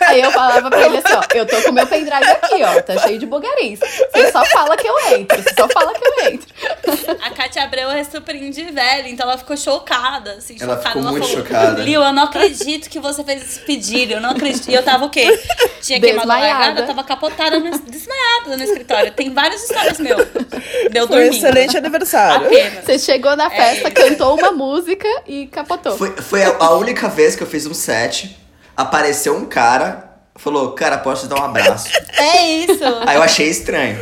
Speaker 6: Aí eu falava pra ele assim, ó, eu tô com meu pendrive aqui, ó, tá cheio de bugarins. Você só fala que eu entro, você só fala que eu entro.
Speaker 5: A Katia Abreu é surpreende velha, então ela ficou chocada, assim,
Speaker 2: Ela
Speaker 5: chocada.
Speaker 2: ficou muito
Speaker 5: falou,
Speaker 2: chocada.
Speaker 5: Lil, eu não acredito que você fez esse pedido, eu não acredito. E eu tava o quê? Tinha queimado a
Speaker 6: Desmaiada.
Speaker 5: largada, eu tava capotada, no- desmaiada no escritório. Tem vários histórias meu. Deu
Speaker 1: Foi um
Speaker 5: dormindo.
Speaker 1: excelente aniversário.
Speaker 5: Apenas.
Speaker 6: Você chegou
Speaker 5: É.
Speaker 6: na festa, cantou uma música e capotou.
Speaker 2: Foi, foi a, a única vez que eu fiz um set, apareceu um cara, falou, cara, posso te dar um abraço?
Speaker 5: É isso.
Speaker 2: Aí eu achei estranho.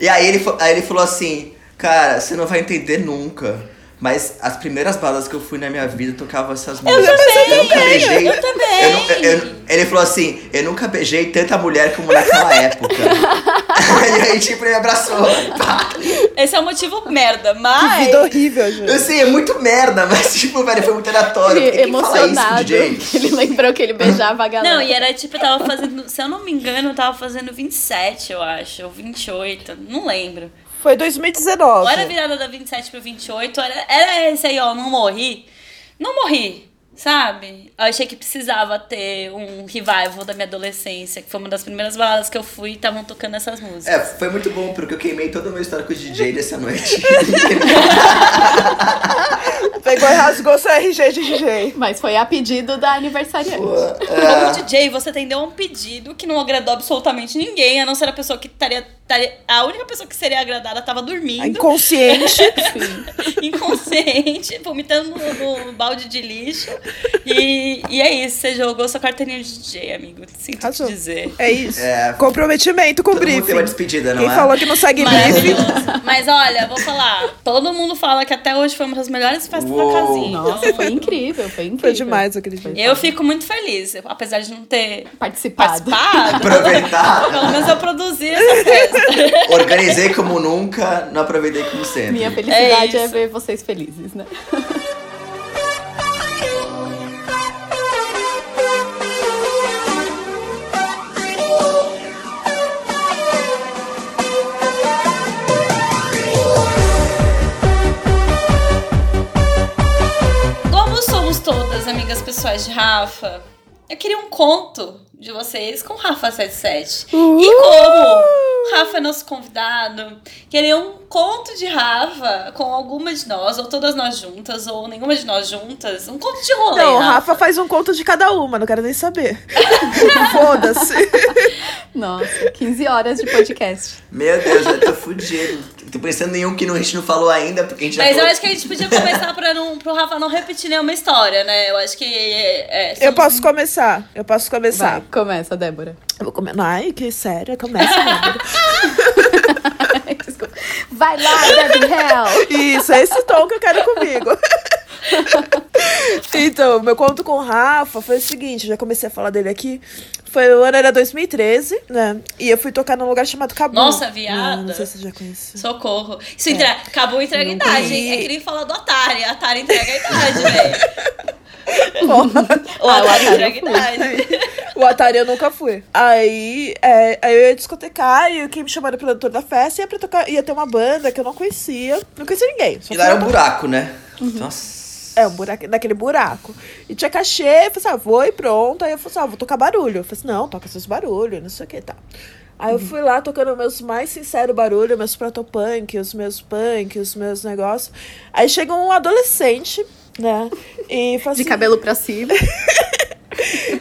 Speaker 2: E aí ele, fa- aí ele falou assim, cara, você não vai entender nunca. Mas as primeiras baladas que eu fui na minha vida eu tocava essas músicas.
Speaker 5: também,
Speaker 2: nunca beijei.
Speaker 5: eu também.
Speaker 2: eu nu- eu- eu- ele falou assim, eu nunca beijei tanta mulher como naquela época. e aí, tipo, ele me abraçou. Pá.
Speaker 5: Esse é o motivo merda,
Speaker 1: Que
Speaker 5: mas.
Speaker 1: vida horrível, gente.
Speaker 2: Eu sei, é muito merda, mas tipo, velho, foi muito aleatório.
Speaker 6: Ele
Speaker 2: Porque quem fala isso pro
Speaker 6: emocionado.
Speaker 2: DJ?
Speaker 6: Ele lembrou que ele beijava a galera.
Speaker 5: Não, e era tipo, eu tava fazendo, se eu não me engano, eu tava fazendo 27, eu acho, ou 28, não lembro.
Speaker 1: Foi 2019.
Speaker 5: Ou era virada da 27 pro 28, era, era esse aí, ó, não morri. Não morri, sabe? Eu achei que precisava ter um revival da minha adolescência, que foi uma das primeiras baladas que eu fui e estavam tocando essas músicas.
Speaker 2: É, foi muito bom, porque eu queimei todo o meu histórico de DJ dessa noite.
Speaker 1: Pegou e rasgou seu RG de
Speaker 5: é-
Speaker 1: DJ.
Speaker 6: Mas foi a pedido da aniversariante.
Speaker 2: É,
Speaker 5: Como DJ, você atendeu a um pedido que não agradou absolutamente ninguém, a não ser a pessoa que estaria. estaria- a única pessoa que seria agradada tava
Speaker 1: A
Speaker 5: dormindo,
Speaker 1: Inconsciente.
Speaker 5: inconsciente, vomitando no, no balde de lixo. E, e é isso, você jogou sua carteirinha de DJ, amigo. Sinto
Speaker 1: Arrasou.
Speaker 5: te dizer.
Speaker 1: É isso.
Speaker 2: É.
Speaker 1: Comprometimento com o
Speaker 2: Todo mundo
Speaker 1: briefing.
Speaker 2: tem uma despedida, não
Speaker 1: Quem
Speaker 2: é?
Speaker 1: falou que não segue briefing.
Speaker 5: Maravilhoso. Mas olha, vou falar. Todo mundo fala que até hoje foi uma das melhores festas
Speaker 2: Uou.
Speaker 5: da casinha.
Speaker 6: Nossa,
Speaker 5: Então,
Speaker 6: foi incrível, foi incrível.
Speaker 1: Foi demais, eu acredito.
Speaker 5: Eu fico muito feliz, apesar de não ter
Speaker 6: Participado.
Speaker 5: participado.
Speaker 2: Aproveitar.
Speaker 5: Pelo menos eu produzi essa festa.
Speaker 2: Organizei como nunca, não aproveitei como sempre.
Speaker 6: Minha felicidade
Speaker 5: É
Speaker 6: é,
Speaker 5: isso.
Speaker 6: ver vocês felizes, né?
Speaker 5: Como somos todas amigas pessoais de Rafa, eu queria um conto de vocês com Rafa77. E como Rafa é nosso convidado, queria um conto de Rafa com alguma de nós, ou todas nós juntas, ou nenhuma de nós juntas. Um conto de rolê,
Speaker 1: Não, o
Speaker 5: Rafa.
Speaker 1: Rafa faz um conto de cada uma, não quero nem saber. Foda-se.
Speaker 6: Nossa, 15 horas de podcast.
Speaker 2: Meu Deus, eu tô fudido. Tô pensando em um que não- a gente não falou ainda, porque a gente já
Speaker 5: Mas eu
Speaker 2: falou.
Speaker 5: acho que a gente podia começar pra não, pro Rafa não repetir nenhuma história, né? Eu acho que. é, é,
Speaker 1: Eu
Speaker 5: somos-
Speaker 1: posso começar. Eu posso começar.
Speaker 5: Tá.
Speaker 6: Vai, começa, Débora.
Speaker 1: Eu vou comer. Ai, que sério. Começa. né?
Speaker 6: Desculpa. Vai lá, Debbie Hell!
Speaker 1: Isso, é esse tom que eu quero comigo. então, meu conto com o Rafa foi o seguinte, já comecei a falar dele aqui. Foi o ano era 2013, né? E eu fui tocar num lugar chamado Cabo.
Speaker 5: Nossa, viada.
Speaker 1: Não, não sei se você já conhece.
Speaker 5: Socorro. Isso
Speaker 1: É.
Speaker 5: entra... acabou a entrega a idade, hein? É que nem falar do Atari. Atari entrega a idade, velho. é O
Speaker 6: Ah, o
Speaker 5: Atari
Speaker 6: Atari
Speaker 5: entrega a idade.
Speaker 1: O Atari eu nunca fui. Aí, é, aí eu ia discotecar e quem me chamou era o produtor da festa ia pra tocar. Ia ter uma banda que eu não conhecia. Não conhecia ninguém. Só
Speaker 2: E lá era
Speaker 1: fui
Speaker 6: Uhum.
Speaker 2: um
Speaker 1: lá
Speaker 2: buraco, né? Nossa.
Speaker 1: É, um buraco, naquele buraco. E tinha cachê, eu falei assim, ah, vou e pronto. Aí eu falei assim, ah, vou tocar barulho. Eu falei assim, não, toca seus barulhos, não sei o que e tal. Aí eu fui lá tocando meus mais sinceros barulhos, meus protopunk, os meus punk, os meus negócios. Aí chega um adolescente, né? E fala
Speaker 6: De
Speaker 1: assim,
Speaker 6: cabelo pra cima.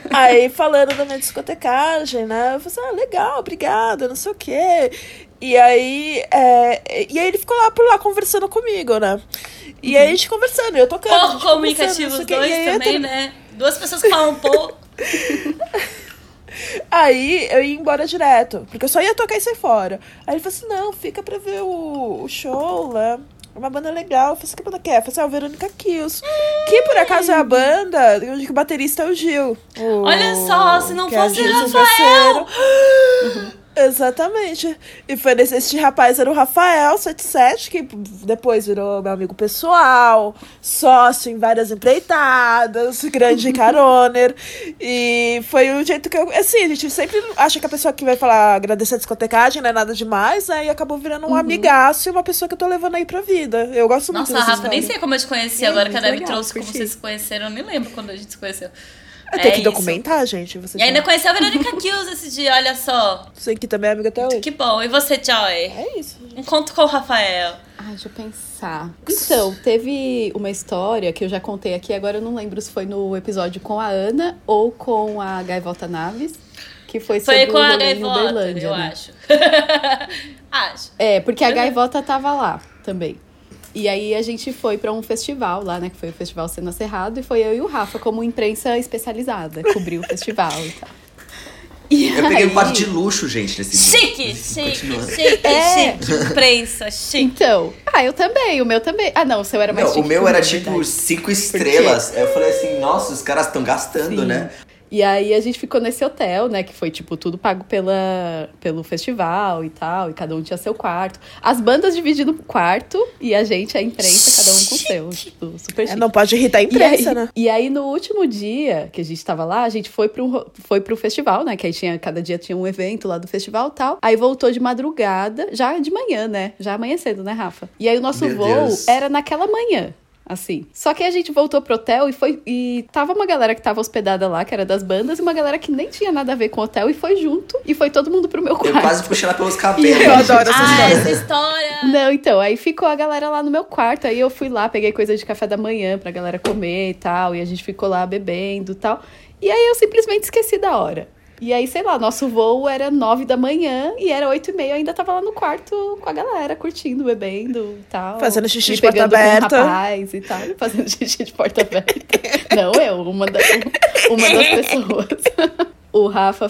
Speaker 1: Aí falando da minha discotecagem, né? Eu falei assim, ah, legal, obrigada, não sei o quê. E aí, é, e aí ele ficou lá por lá conversando comigo, né? E aí a gente conversando, eu tocando. a
Speaker 5: Pouco
Speaker 1: gente conversando,
Speaker 5: Uhum. comunicativos
Speaker 1: não sei o
Speaker 5: dois
Speaker 1: quê. E aí eu
Speaker 5: também,
Speaker 1: ter-
Speaker 5: né? Duas pessoas que falam pouco.
Speaker 1: Aí eu ia embora direto, porque eu só ia tocar e sair fora. Aí ele falou assim: não, fica pra ver o, o show lá. É uma banda legal. Eu falei assim: que banda que é? Eu falei assim: ah, o Verônica Kills. Que
Speaker 5: Hum.
Speaker 1: por acaso é a banda onde o baterista é o Gil. O-
Speaker 5: Olha só, se não
Speaker 1: que é o
Speaker 5: fosse
Speaker 1: Gil, Uhum. seu
Speaker 5: Rafael!
Speaker 1: parceiro. Exatamente. E foi nesse este rapaz era o Rafael 77, que depois virou meu amigo pessoal, sócio em várias empreitadas, grande caroner. E foi o jeito que eu. Assim, a gente sempre acha que a pessoa que vai falar agradecer a discotecagem não é nada demais, né? E acabou virando um amigaço e uma pessoa que eu tô levando aí pra vida. Eu gosto muito
Speaker 5: Uhum. Nossa,
Speaker 1: dessa
Speaker 5: Rafa, nem
Speaker 1: história.
Speaker 5: sei como eu te conheci
Speaker 6: Ih,
Speaker 5: agora que a
Speaker 6: muito
Speaker 5: Debbie
Speaker 6: legal,
Speaker 5: trouxe como
Speaker 6: curti.
Speaker 5: vocês se conheceram. Eu nem lembro quando a gente se conheceu.
Speaker 1: Ah, Tem
Speaker 5: É
Speaker 1: que né?
Speaker 5: isso.
Speaker 1: documentar, gente. Você
Speaker 5: E ainda
Speaker 1: tem-
Speaker 5: conheceu a Verônica Kills esse dia, olha só.
Speaker 1: Você que também é amiga até hoje.
Speaker 5: Que bom. E você, Joy?
Speaker 1: É isso.
Speaker 5: Encontro com o Rafael.
Speaker 6: Ai, deixa eu pensar. Então, teve uma história que eu já contei aqui, agora eu não lembro se foi no episódio com a Ana ou com a Gaivota Naves, que foi sobre
Speaker 5: Foi com
Speaker 6: o
Speaker 5: a
Speaker 6: rolê em
Speaker 5: Gaivota,
Speaker 6: Uberlândia,
Speaker 5: eu
Speaker 6: né?
Speaker 5: acho. acho.
Speaker 6: É, porque a
Speaker 2: Uhum.
Speaker 6: Gaivota tava lá também. E aí a gente foi pra um festival lá, né? Que foi o Festival Cena Cerrado, e foi eu e o Rafa como imprensa especializada, cobriu o festival e tal. E
Speaker 2: Eu peguei
Speaker 6: aí...
Speaker 2: um quarto de luxo, gente, nesse
Speaker 5: Chique,
Speaker 2: dia.
Speaker 5: chique,
Speaker 2: Continua.
Speaker 5: chique,
Speaker 6: É.
Speaker 5: chique. Imprensa, chique.
Speaker 6: Então, ah, eu também, o meu também. Ah, não, o seu era mais
Speaker 2: Não, o
Speaker 6: chique que
Speaker 2: meu era
Speaker 6: na
Speaker 2: tipo
Speaker 6: verdade.
Speaker 2: cinco estrelas. Aí Eu falei assim, nossa, os caras estão gastando,
Speaker 6: Sim.
Speaker 2: né?
Speaker 6: E aí a gente ficou nesse hotel, né? Que foi, tipo, tudo pago pela, pelo festival e tal. E cada um tinha seu quarto. As bandas dividindo o quarto e a gente, a imprensa, cada um com o seu. Tipo, super
Speaker 1: É,
Speaker 6: chique.
Speaker 1: não pode irritar a
Speaker 6: E aí,
Speaker 1: imprensa, né?
Speaker 6: e aí, no último dia que a gente tava lá, a gente foi pro, ro- foi pro festival, né? Que aí tinha, cada dia tinha um evento lá do festival e tal. Aí voltou de madrugada, já de manhã, né? Já amanhecendo, né, Rafa? E aí o nosso
Speaker 2: Meu
Speaker 6: voo
Speaker 2: Deus.
Speaker 6: era naquela manhã. Assim. Só que a gente voltou pro hotel e foi. E tava uma galera que tava hospedada lá, que era das bandas, e uma galera que nem tinha nada a ver com o hotel, e foi junto. E foi todo mundo pro meu
Speaker 2: Eu
Speaker 6: quarto.
Speaker 2: quase puxei ela pelos cabelos.
Speaker 1: Eu adoro essa
Speaker 5: Ah,
Speaker 1: história.
Speaker 5: essa história.
Speaker 6: Não, então, aí ficou a galera lá no meu quarto. Aí eu fui lá, peguei coisa de café da manhã pra galera comer e tal. E a gente ficou lá bebendo e tal. E aí eu simplesmente esqueci da hora. E aí, sei lá, nosso voo era nove da manhã e era oito e meia. Eu ainda tava lá no quarto com a galera, curtindo, bebendo e tal.
Speaker 1: Fazendo xixi
Speaker 6: Me
Speaker 1: de porta
Speaker 6: pegando com um
Speaker 1: aberta.
Speaker 6: rapaz e tal. Fazendo xixi de porta aberta. Não eu, uma, da- uma das pessoas. O Rafa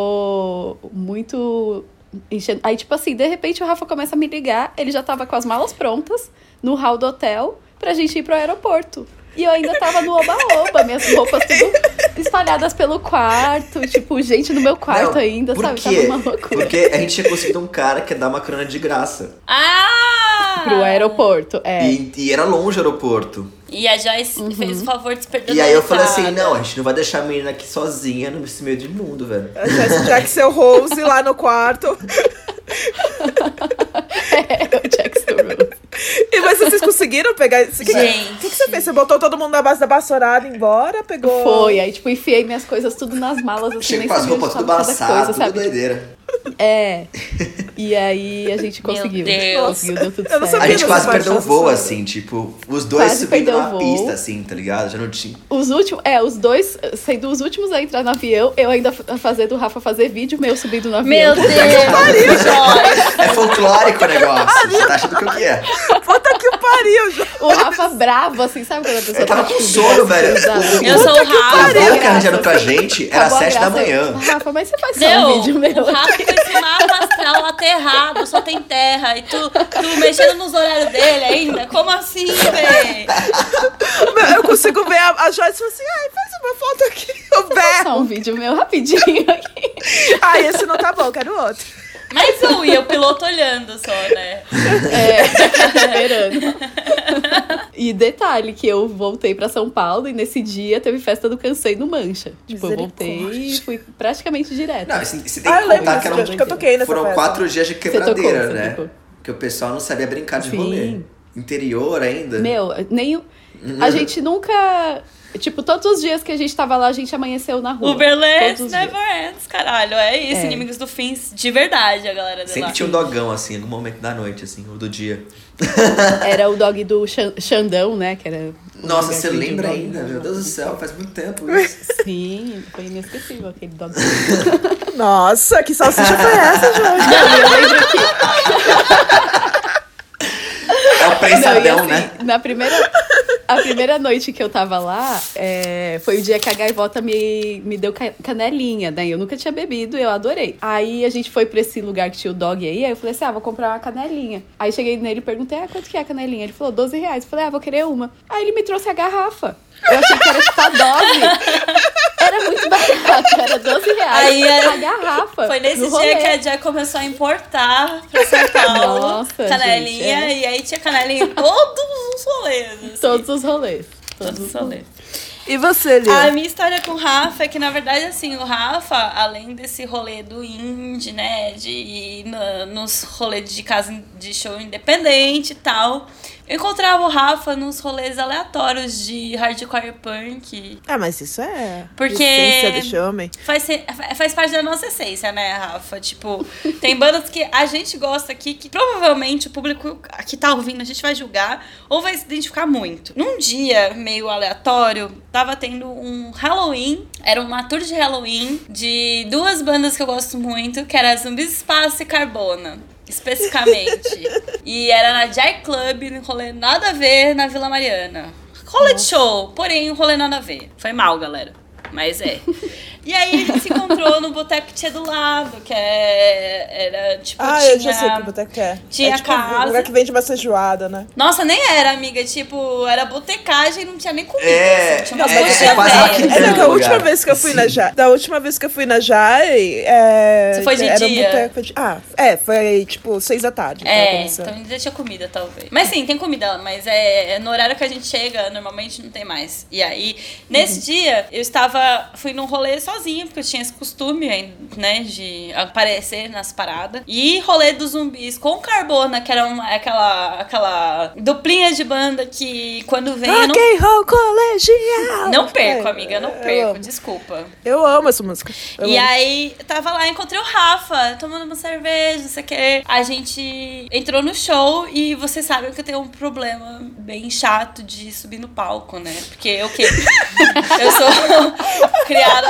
Speaker 6: ficou muito enchendo. Aí, tipo assim, de repente o Rafa começa a me ligar, ele já tava com as malas prontas no hall do hotel pra gente ir pro aeroporto. E eu ainda tava no oba-oba, minhas roupas tudo espalhadas pelo quarto, tipo, gente no meu quarto
Speaker 2: Não,
Speaker 6: ainda,
Speaker 2: por
Speaker 6: sabe?
Speaker 2: quê?
Speaker 6: Tava uma loucura.
Speaker 2: Porque a gente tinha conseguido um cara que ia dar uma carona de graça.
Speaker 5: Ah!
Speaker 6: Pro aeroporto, é.
Speaker 2: E, e era longe o aeroporto.
Speaker 5: E a Joyce
Speaker 6: Uhum.
Speaker 5: fez o favor de se perder
Speaker 2: E
Speaker 5: na
Speaker 2: aí eu falei
Speaker 5: calçada.
Speaker 2: assim, não, a gente não vai deixar a menina aqui sozinha nesse meio de mundo, velho.
Speaker 1: A Jess Jack seu Rose lá no quarto.
Speaker 6: É, o Jackson Rose.
Speaker 1: E mas vocês conseguiram pegar isso? O que,
Speaker 5: Gente.
Speaker 1: que, que você fez? Você botou todo mundo na base da vassourada embora? Pegou.
Speaker 6: Foi, aí, tipo, enfiei minhas coisas tudo nas malas, assim,
Speaker 2: Chega
Speaker 6: nem
Speaker 2: com as
Speaker 6: sabia onde
Speaker 2: roupas tudo
Speaker 6: tava cada
Speaker 2: balançadas, tudo
Speaker 6: sabe?
Speaker 2: doideira.
Speaker 6: É. E aí a gente
Speaker 5: Meu
Speaker 6: conseguiu.
Speaker 5: Deus.
Speaker 6: Conseguiu, deu tudo
Speaker 1: Eu não
Speaker 6: certo.
Speaker 2: A
Speaker 1: sabia
Speaker 2: gente
Speaker 1: dessa
Speaker 2: quase
Speaker 1: parte,
Speaker 2: perdeu o
Speaker 1: nossa
Speaker 2: voo,
Speaker 1: senhora.
Speaker 2: assim, tipo, os dois
Speaker 6: Quase
Speaker 2: subindo
Speaker 6: perdeu o
Speaker 2: na
Speaker 6: voo.
Speaker 2: pista, assim, tá ligado? Já não tinha.
Speaker 6: Os últimos, é, os dois, sendo os últimos a entrar no avião, eu ainda f- fazendo o Rafa fazer vídeo, meu subindo no avião.
Speaker 5: Meu Deus, Joyce!
Speaker 2: É folclórico o negócio. Você tá achando que o que é?
Speaker 1: Puta que pariu, Jô.
Speaker 6: O Rafa bravo, assim, sabe quando a pessoa
Speaker 2: Eu tava
Speaker 6: tá
Speaker 2: com
Speaker 6: subindo,
Speaker 2: sono,
Speaker 6: assim,
Speaker 2: velho.
Speaker 6: exato.
Speaker 5: Eu sou o
Speaker 2: O
Speaker 5: Rafa.
Speaker 2: voo que arranjaram pra gente era
Speaker 6: Acabou a
Speaker 2: sete da
Speaker 6: graça, eu,
Speaker 2: manhã.
Speaker 6: Rafa, mas você faz só um
Speaker 5: Meu,
Speaker 6: vídeo, meu.
Speaker 5: o Rafa com esse mapa astral aterrado, só tem terra. E tu, tu mexendo nos horários dele ainda? Como assim, véi?
Speaker 1: Meu, Eu consigo ver a, a Joyce e falar assim: ai, faz uma foto aqui. Eu
Speaker 6: Só
Speaker 1: berro.
Speaker 6: um vídeo meu, rapidinho aqui.
Speaker 1: Ai, esse não tá bom, quero outro.
Speaker 5: Mais um, e o piloto olhando só, né?
Speaker 6: É, esperando. É. E detalhe que eu voltei pra São Paulo e nesse dia teve festa do Cansei no Mancha. Tipo, eu voltei e fui praticamente direto.
Speaker 2: Não, você você tem
Speaker 1: Ah,
Speaker 2: que
Speaker 1: eu lembro
Speaker 2: contar
Speaker 1: desse
Speaker 2: que
Speaker 1: dia,
Speaker 2: eram
Speaker 1: acho que eu toquei nessa
Speaker 2: Foram
Speaker 1: festa.
Speaker 2: quatro dias de
Speaker 6: tocou,
Speaker 2: quebradeira,
Speaker 6: você
Speaker 2: né?
Speaker 6: tocou.
Speaker 2: Porque o pessoal não sabia brincar de
Speaker 6: Sim.
Speaker 2: rolê. Interior ainda.
Speaker 6: Meu, nem o- a gente nunca Tipo, todos os dias que a gente tava lá, a gente amanheceu na rua.
Speaker 5: Uberlândia,
Speaker 6: Todos os dias.
Speaker 5: never ends, é caralho. É isso,
Speaker 6: É.
Speaker 5: inimigos do Fins, de verdade, a galera de lá.
Speaker 2: Sempre tinha um dogão, assim, em algum momento da noite, assim, ou do dia.
Speaker 6: Era o dog do Xan- Xandão, né? Que era. o
Speaker 2: Nossa,
Speaker 6: lugar
Speaker 2: você
Speaker 6: que vendia
Speaker 2: lembra
Speaker 6: o dog.
Speaker 2: ainda? Meu Deus do céu, faz muito tempo isso.
Speaker 6: Sim, foi inesquecível aquele dog.
Speaker 1: Nossa, que salsicha foi essa, Jorge?
Speaker 2: É o prensadão,
Speaker 6: Não, e assim,
Speaker 2: né?
Speaker 6: Na primeira, a primeira noite que eu tava lá, é, foi o dia que a gaivota me, me deu ca- canelinha, né? Eu nunca tinha bebido, eu adorei. Aí a gente foi pra esse lugar que tinha o dog aí, aí eu falei assim, ah, vou comprar uma canelinha. Aí cheguei nele e perguntei, ah, quanto que é a canelinha? Ele falou, 12 reais. Eu falei, ah, vou querer uma. Aí ele me trouxe a garrafa. Eu achei que era tipo a dog. Era muito barato, era 12 reais.
Speaker 5: Aí era-
Speaker 6: a garrafa.
Speaker 5: Foi nesse
Speaker 6: no
Speaker 5: dia
Speaker 6: rolê.
Speaker 5: que a Jack começou a importar pra São Paulo
Speaker 6: Nossa,
Speaker 5: canelinha,
Speaker 6: gente, é.
Speaker 5: e aí tinha canelinha em todos os rolês. assim.
Speaker 6: Todos os rolês.
Speaker 5: Todos os rolês.
Speaker 1: E você, Lia?
Speaker 5: A minha história com o Rafa é que, na verdade, assim, o Rafa, além desse rolê do indie, né, de ir na- nos rolês de casa in- de show independente e tal, eu encontrava o Rafa nos rolês aleatórios de hardcore punk.
Speaker 1: Ah, mas isso é.
Speaker 5: Porque-
Speaker 1: Essência desse homem.
Speaker 5: Faz, se- fa- faz parte da nossa essência, né, Rafa? Tipo, tem bandas que a gente gosta aqui que provavelmente o público que tá ouvindo a gente vai julgar ou vai se identificar muito. Num dia meio aleatório, tava tendo um Halloween, era uma tour de Halloween de duas bandas que eu gosto muito, que era Zumbis Espaço e Carbona. Especificamente. e era na Jai Club, no rolê nada a ver, na Vila Mariana. Rolê de show, porém, um rolê nada a ver. Foi mal, galera. Mas é. E aí a gente se encontrou no boteco que tinha do lado, que é, era tipo.
Speaker 1: Ah,
Speaker 5: tinha...
Speaker 1: eu já sei que boteco é.
Speaker 5: tinha
Speaker 1: é tipo
Speaker 5: casa.
Speaker 1: um lugar que vende bastante joada, né?
Speaker 5: Nossa, nem era, amiga. Tipo, era botecagem, não tinha nem comida.
Speaker 2: É,
Speaker 5: assim, tinha umas
Speaker 2: é,
Speaker 5: coisas
Speaker 2: é quase
Speaker 5: velhas.
Speaker 2: uma quitanda.
Speaker 1: É,
Speaker 2: Era
Speaker 1: da
Speaker 2: um
Speaker 1: última
Speaker 2: lugar,
Speaker 1: vez que eu fui na
Speaker 2: sim.
Speaker 1: Jai. Da última vez que eu fui na Jai. É,
Speaker 5: Você foi de
Speaker 1: era um
Speaker 5: dia?
Speaker 1: boteco de- Ah, é, foi tipo seis da tarde. que tava
Speaker 5: É,
Speaker 1: começando.
Speaker 5: então ainda tinha comida, talvez. Mas sim, tem comida, mas é, é no horário que a gente chega, normalmente não tem mais. E aí,
Speaker 1: Uhum.
Speaker 5: nesse dia, eu estava. Fui num rolê sozinha, porque eu tinha esse costume, né, de aparecer nas paradas. E rolê dos zumbis com carbona, que era uma, aquela, aquela duplinha de banda que quando vem. eu
Speaker 1: Rock
Speaker 5: não,
Speaker 1: and roll colegial!
Speaker 5: não perco,
Speaker 1: Ah, É,
Speaker 5: amiga, não
Speaker 1: eu
Speaker 5: perco,
Speaker 1: amo.
Speaker 5: desculpa.
Speaker 1: Eu amo essa música. Eu
Speaker 5: E
Speaker 1: amo.
Speaker 5: aí, tava lá, encontrei o Rafa, tomando uma cerveja, não sei o quê. A gente entrou no show e vocês sabem que eu tenho um problema bem chato de subir no palco, né? Porque eu que eu sou criada.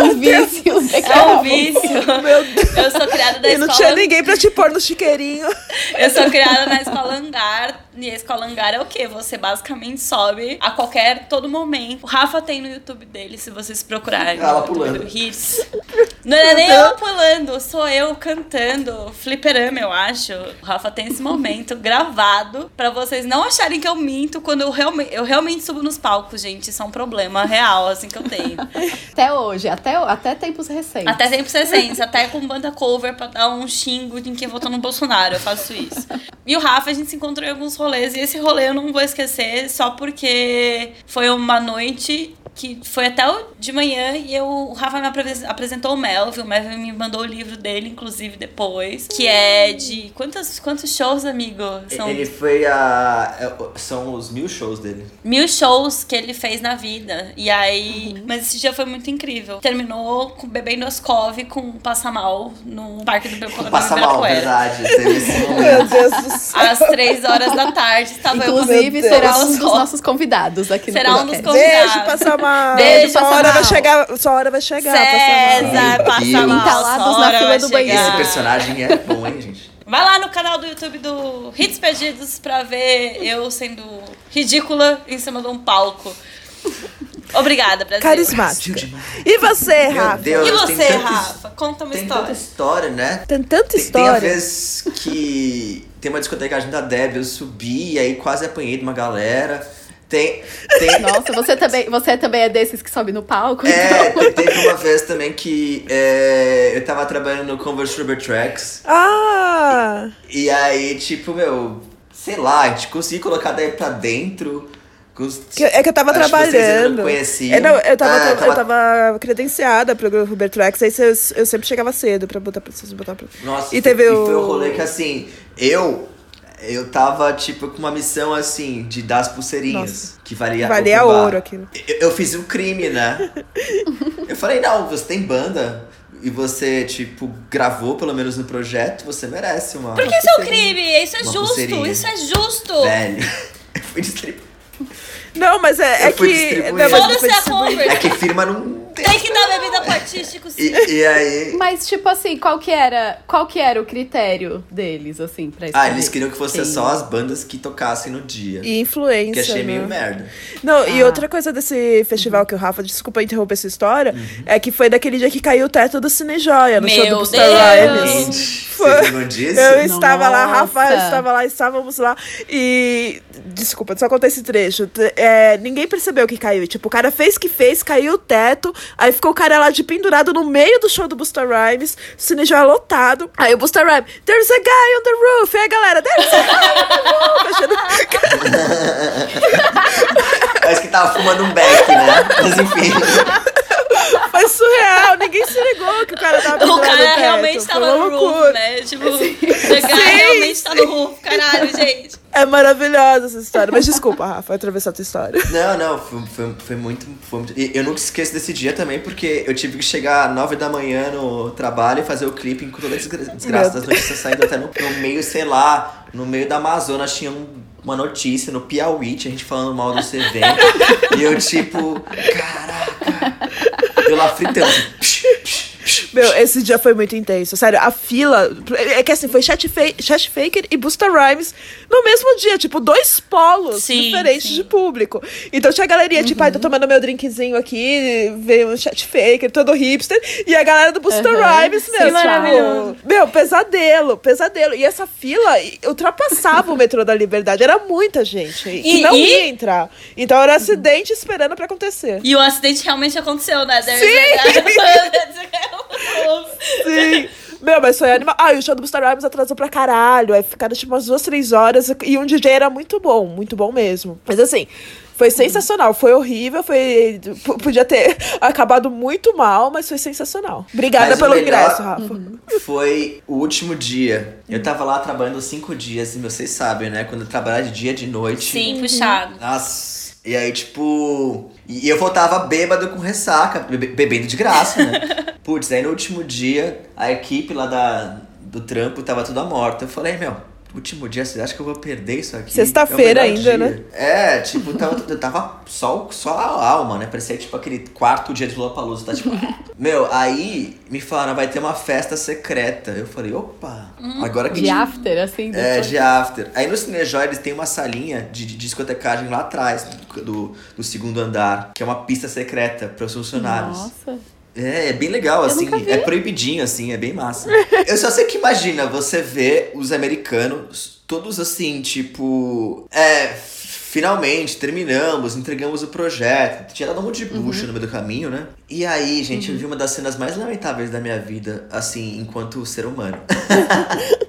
Speaker 6: Um vício.
Speaker 5: É um vício.
Speaker 1: Meu Deus.
Speaker 5: Eu sou criada da
Speaker 1: E não tinha
Speaker 5: escola.
Speaker 1: ninguém pra te pôr no chiqueirinho.
Speaker 5: Eu sou criada na escola hangar. E a escola hangar é o quê? Você basicamente sobe a qualquer, todo momento. O Rafa tem no YouTube dele, se vocês procurarem.
Speaker 2: Ela
Speaker 5: no YouTube
Speaker 2: pulando.
Speaker 5: do Hits. Não era nem eu pulando, sou eu cantando. Fliperama, eu acho. O Rafa tem esse momento gravado pra vocês não acharem que eu minto quando eu realmente, eu realmente subo nos palcos, gente. Isso é um problema real, assim, que eu tenho.
Speaker 6: Até hoje, até, até tempos recentes.
Speaker 5: Até sempre essência, até com banda cover pra dar um xingo em quem votou no Bolsonaro, eu faço isso. E o Rafa, a gente se encontrou em alguns rolês, e esse rolê eu não vou esquecer, só porque foi uma noite que foi até o de manhã e eu, o Rafa me apres- apresentou o Melvin, o Melvin me mandou o livro dele, inclusive, depois, que é de... Quantos, quantos shows, amigo? São
Speaker 2: Ele foi a. é, São os mil shows dele.
Speaker 5: mil shows que ele fez na vida. E aí.
Speaker 6: Uhum.
Speaker 5: Mas esse dia foi muito incrível. Terminou com, bebendo Ascov com um passamal no parque do Ibirapuera. do
Speaker 2: Passa mal,
Speaker 5: Ibirapuera.
Speaker 2: verdade. Teve esse momento.
Speaker 1: Meu Deus do céu.
Speaker 5: Às três horas da tarde, estava eu
Speaker 6: Inclusive,
Speaker 1: Meu
Speaker 6: será
Speaker 5: Deus.
Speaker 6: um dos nossos convidados aqui
Speaker 5: Será um
Speaker 6: no
Speaker 5: dos
Speaker 6: podcast.
Speaker 1: Beijo,
Speaker 5: Convidado.
Speaker 1: passa mal.
Speaker 5: Beijo,
Speaker 1: sua
Speaker 6: passa
Speaker 1: hora
Speaker 6: mal.
Speaker 1: vai chegar. Sua hora vai chegar, passa mal.
Speaker 5: César, passa
Speaker 2: Deus.
Speaker 5: mal.
Speaker 6: Entalados
Speaker 5: sua
Speaker 6: na
Speaker 5: hora
Speaker 6: fila
Speaker 5: vai
Speaker 6: do banheiro.
Speaker 5: chegar.
Speaker 2: Esse personagem é bom, hein, gente?
Speaker 5: Vai lá no canal do YouTube do Hits Perdidos pra ver eu sendo ridícula em cima de um palco. Obrigada, Brasil.
Speaker 1: Carismática. E você,
Speaker 2: Meu
Speaker 1: Rafa?
Speaker 2: Deus,
Speaker 5: E
Speaker 2: tem
Speaker 5: você,
Speaker 2: tantos-
Speaker 5: Rafa? Conta uma
Speaker 2: Tem
Speaker 5: história.
Speaker 2: tanta história, né?
Speaker 1: Tem tanta
Speaker 2: Tem- Tem a
Speaker 1: história.
Speaker 2: vez que tem uma discotecagem da Deb, eu subi e aí quase apanhei de uma galera. Tem. tem
Speaker 6: Nossa, você também, você também é desses que sobe no palco?
Speaker 2: é,
Speaker 6: então?
Speaker 2: te- teve uma vez também que é, eu tava trabalhando no Converse Rubber Tracks.
Speaker 1: Ah!
Speaker 2: E aí, tipo, meu, sei lá, a gente conseguiu colocar daí pra dentro. com os-
Speaker 1: Que- é que eu tava
Speaker 2: Acho que vocês ainda não
Speaker 1: trabalhando.
Speaker 2: conheciam.
Speaker 1: É, não, eu, tava,
Speaker 2: Ah,
Speaker 1: eu,
Speaker 2: tava-
Speaker 1: tava credenciada pro grupo Roberto Rex, aí cês- eu sempre chegava cedo pra botar pra vocês botar pra.
Speaker 2: Nossa,
Speaker 1: E teve
Speaker 2: foi
Speaker 1: o-
Speaker 2: um rolê que assim, eu Eu tava, tipo, com uma missão assim, de dar as pulseirinhas. Que valia
Speaker 1: Valia
Speaker 2: ouro.
Speaker 1: ouro aquilo.
Speaker 2: Eu, eu fiz um crime, né? eu falei, não, você tem banda e você, tipo, gravou pelo menos no projeto, você merece uma.
Speaker 5: Porque isso é um crime, isso é
Speaker 2: Uma
Speaker 5: justo,
Speaker 2: pulseirinha.
Speaker 5: isso é justo.
Speaker 2: Velho. Eu fui distribuir.
Speaker 1: Não, mas é,
Speaker 2: Eu
Speaker 1: é
Speaker 2: fui
Speaker 1: que.
Speaker 2: distribuir.
Speaker 1: Não, mas
Speaker 5: Foda-se
Speaker 1: foi
Speaker 5: a
Speaker 1: distribuir.
Speaker 5: Converse.
Speaker 2: É que firma não tem.
Speaker 5: Tem que dar bebida pro artístico, sim.
Speaker 2: E, e aí.
Speaker 6: Mas, tipo assim, qual que era, qual que era o critério deles, assim, pra
Speaker 1: é
Speaker 6: escolher?
Speaker 2: Ah, eles queriam que fosse
Speaker 6: Quem?
Speaker 2: só as bandas que tocassem no dia.
Speaker 1: E influência.
Speaker 2: Que achei meio
Speaker 1: né?
Speaker 2: merda.
Speaker 1: Não, e
Speaker 6: Ah.
Speaker 1: outra coisa desse festival que o Rafa, desculpa interromper essa história,
Speaker 2: Uhum.
Speaker 1: é que foi daquele dia que caiu o teto do Cinejoia, no
Speaker 5: Meu
Speaker 1: show do Busta
Speaker 5: Deus!
Speaker 1: Rhymes.
Speaker 2: Gente,
Speaker 1: Foi.
Speaker 2: vocês lembram disso?
Speaker 1: Eu estava lá, Rafa
Speaker 6: Nossa.
Speaker 1: estava lá, estávamos lá. E. Desculpa, só contar esse trecho. T- é, ninguém percebeu que caiu. Tipo, o cara fez que fez, caiu o teto. Aí ficou o cara lá de pendurado no meio do show do Busta Rhymes. O cine já lotado. Aí o Busta Rhymes, there's a guy on the roof. E aí, a galera, there's a guy on the roof. Achando-
Speaker 2: Parece que tava fumando um beck, né? Mas enfim.
Speaker 1: Foi surreal, ninguém se ligou que o cara tava pendurado
Speaker 5: O
Speaker 1: no
Speaker 5: cara
Speaker 1: teto.
Speaker 5: realmente
Speaker 1: Foi
Speaker 5: tá
Speaker 1: uma
Speaker 5: no
Speaker 1: loucura.
Speaker 5: roof, né? Tipo, o cara realmente tá no roof, caralho, gente.
Speaker 1: É maravilhosa essa história. Mas desculpa, Rafa, atravessar a tua história.
Speaker 2: Não, não, foi, foi, foi muito. Foi muito... E eu nunca esqueço desse dia também, porque eu tive que chegar às 9 da manhã no trabalho e fazer o clipe com toda a desgra- desgraça das notícias saindo até no, no meio, sei lá, no meio da Amazonas tinha um- uma notícia no Piauí, tinha gente falando mal do CV. e eu tipo, caraca! Eu lá fritando. assim, psh, psh, psh.
Speaker 1: Meu, esse dia foi muito intenso. Sério, a fila. É que assim, foi Chat, Fa Chat Faker e Busta Rhymes no mesmo dia. Tipo, dois polos
Speaker 5: Sim,
Speaker 1: diferentes
Speaker 5: sim. Uhum.
Speaker 1: de público. Então tinha a galeria, tipo, ai, tô tomando meu drinkzinho aqui, veio um Chat Faker, todo hipster. E a galera do Busta
Speaker 5: Uhum.
Speaker 6: Aham,
Speaker 1: Rhymes,
Speaker 6: sim,
Speaker 1: meu. tipo,
Speaker 6: maravilhoso.
Speaker 1: Meu, pesadelo, pesadelo. E essa fila e- ultrapassava o metrô da liberdade. Era muita gente. E,
Speaker 5: E-
Speaker 1: não
Speaker 5: e-
Speaker 1: ia entrar. Então era acidente esperando pra acontecer.
Speaker 5: E o acidente realmente aconteceu, né? There's Sim!
Speaker 1: Sim. Meu, mas foi animal. Ah, e o show do Busta Rhymes atrasou pra caralho. Aí ficaram tipo umas duas, três horas. E um DJ era muito bom, muito bom mesmo. Mas assim, foi sensacional. Foi horrível, foi. p- Podia ter acabado muito mal, mas foi sensacional. Obrigada
Speaker 2: Mas o
Speaker 1: pelo
Speaker 2: melhor-
Speaker 1: ingresso, Rafa.
Speaker 5: Uhum.
Speaker 1: Uhum.
Speaker 2: Foi o último dia. Eu tava lá trabalhando cinco dias, e vocês sabem, né? Quando eu trabalhar de dia e de noite.
Speaker 5: Sim, puxado.
Speaker 2: Nossa. E aí, tipo. E eu voltava bêbado com ressaca, bebe- bebendo de graça, né? Putz, aí no último dia, a equipe lá da, do trampo tava toda morta. Eu falei, meu, último dia, você acha que eu vou perder isso aqui?
Speaker 1: Sexta-feira
Speaker 2: É o melhor
Speaker 1: ainda, né?
Speaker 2: dia." É, tipo, tava, eu tava só, o- só a alma, né? Parecia tipo aquele quarto dia de Lollapalooza, tá tipo... meu, aí me falaram, vai ter uma festa secreta. Eu falei, opa,
Speaker 1: Hum?
Speaker 2: agora que
Speaker 6: De after, assim?
Speaker 2: é,
Speaker 6: depois?
Speaker 2: de after. Aí no Cinejoy eles têm uma salinha de, de discotecagem lá atrás, do, do, do segundo andar, que é uma pista secreta para os funcionários.
Speaker 6: Nossa.
Speaker 2: É, é bem legal, assim, é proibidinho, assim, é bem massa. Eu só sei que imagina, você vê os americanos, todos assim, tipo. É, finalmente, terminamos, entregamos o projeto. Tinha dado um monte de
Speaker 6: Uhum.
Speaker 2: bucha no meio do caminho, né? E aí, gente, eu vi uma das cenas mais lamentáveis da minha vida, assim, enquanto ser humano.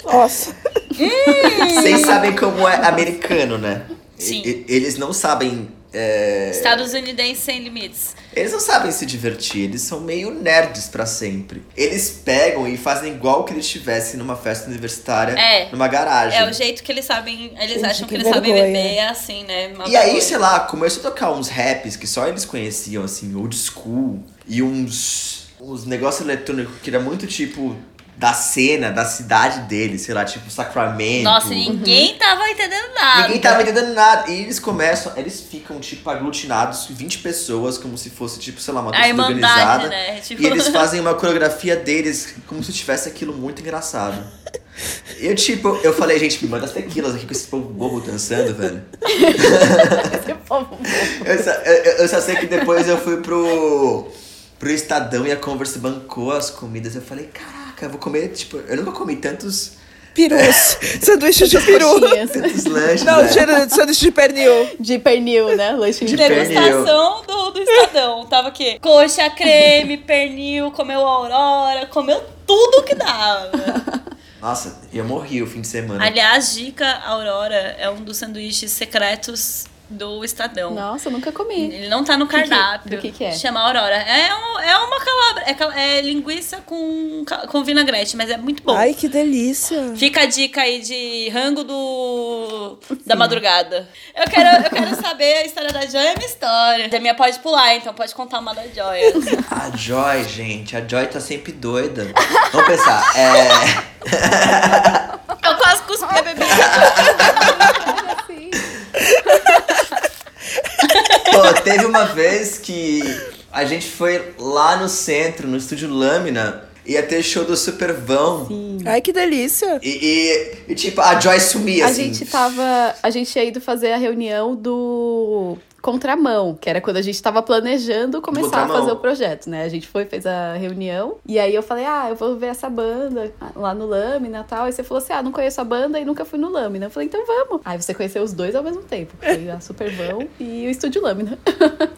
Speaker 1: Nossa.
Speaker 2: Vocês sabem como é americano, né?
Speaker 5: Sim.
Speaker 2: E- e- eles não sabem. é,
Speaker 5: Estados Unidos sem limites.
Speaker 2: Eles não sabem se divertir, eles são meio nerds pra sempre. Eles pegam e fazem igual que eles estivessem numa festa universitária,
Speaker 5: É.
Speaker 2: numa garagem.
Speaker 5: É o jeito que eles sabem, eles
Speaker 1: Gente,
Speaker 5: acham que,
Speaker 1: que
Speaker 5: eles sabem
Speaker 1: vergonha.
Speaker 5: beber, é assim, né? Uma
Speaker 2: E aí,
Speaker 5: vergonha.
Speaker 2: sei lá, começou a tocar uns raps que só eles conheciam, assim, old school. E uns, uns negócios eletrônicos que era muito tipo da cena, da cidade deles, sei lá, tipo Sacramento.
Speaker 5: Nossa, ninguém tava entendendo nada.
Speaker 2: Uhum. Ninguém tava entendendo nada. E eles começam, eles ficam, tipo, aglutinados, 20 pessoas, como se fosse, tipo, sei lá, uma
Speaker 5: A
Speaker 2: torcida
Speaker 5: Irmandade,
Speaker 2: organizada.
Speaker 5: né? Tipo,
Speaker 2: E eles fazem uma coreografia deles como se tivesse aquilo muito engraçado. Eu, tipo, eu falei, gente, me manda as tequilas aqui com esse povo bobo dançando, velho.
Speaker 6: Esse povo
Speaker 2: Eu só, eu- eu só sei que depois eu fui pro, pro Estadão e a Converse bancou as comidas. Eu falei, caraca, eu vou comer, tipo, eu nunca comi tantos, É.
Speaker 1: Perus. sanduíche de peru.
Speaker 6: coxinhas
Speaker 2: tantos lanches,
Speaker 1: Não,
Speaker 2: né?
Speaker 1: cheiro de sanduíche de pernil.
Speaker 6: assim, de pernil, né? Lanche de pernil.
Speaker 5: Degustação do, do Estadão. Tava aqui. Coxa, creme, pernil, comeu aurora, comeu tudo que dava.
Speaker 2: Nossa, eu morri o fim de semana.
Speaker 5: Aliás, dica, Aurora é um dos sanduíches secretos do Estadão.
Speaker 6: Nossa, eu nunca comi.
Speaker 5: Ele não tá no
Speaker 6: que-
Speaker 5: cardápio.
Speaker 6: do que que é?
Speaker 5: Chama Aurora. É, um- é uma calabra. É, cal- é linguiça com, ca- com vinagrete, mas é muito bom.
Speaker 1: Ai, que delícia.
Speaker 5: Fica a dica aí de rango do da madrugada. Eu quero, eu quero saber a história da Joia e a minha história. A minha pode pular, então pode contar uma da Joia.
Speaker 2: A Joy, gente, a Joy tá sempre doida. Vamos pensar, é.
Speaker 5: Eu quase cuspi a bebida.
Speaker 2: Pô, teve uma vez que a gente foi lá no centro, no estúdio Lâmina, ia ter show do Supervão.
Speaker 1: Ai, que delícia.
Speaker 2: E, e- e, tipo, a Joy sumia,
Speaker 6: A
Speaker 2: assim.
Speaker 6: gente tava. A gente tinha ido fazer a reunião do contramão, que era quando a gente tava planejando começar
Speaker 2: Contramão.
Speaker 6: a fazer o projeto, né? A gente foi, fez a reunião, e aí eu falei, ah, eu vou ver essa banda lá no Lâmina e tal. Aí você falou assim, ah, não conheço a banda e nunca fui no Lâmina. Eu falei, então vamos. Aí você conheceu os dois ao mesmo tempo, que foi a Supervão e o Estúdio Lâmina.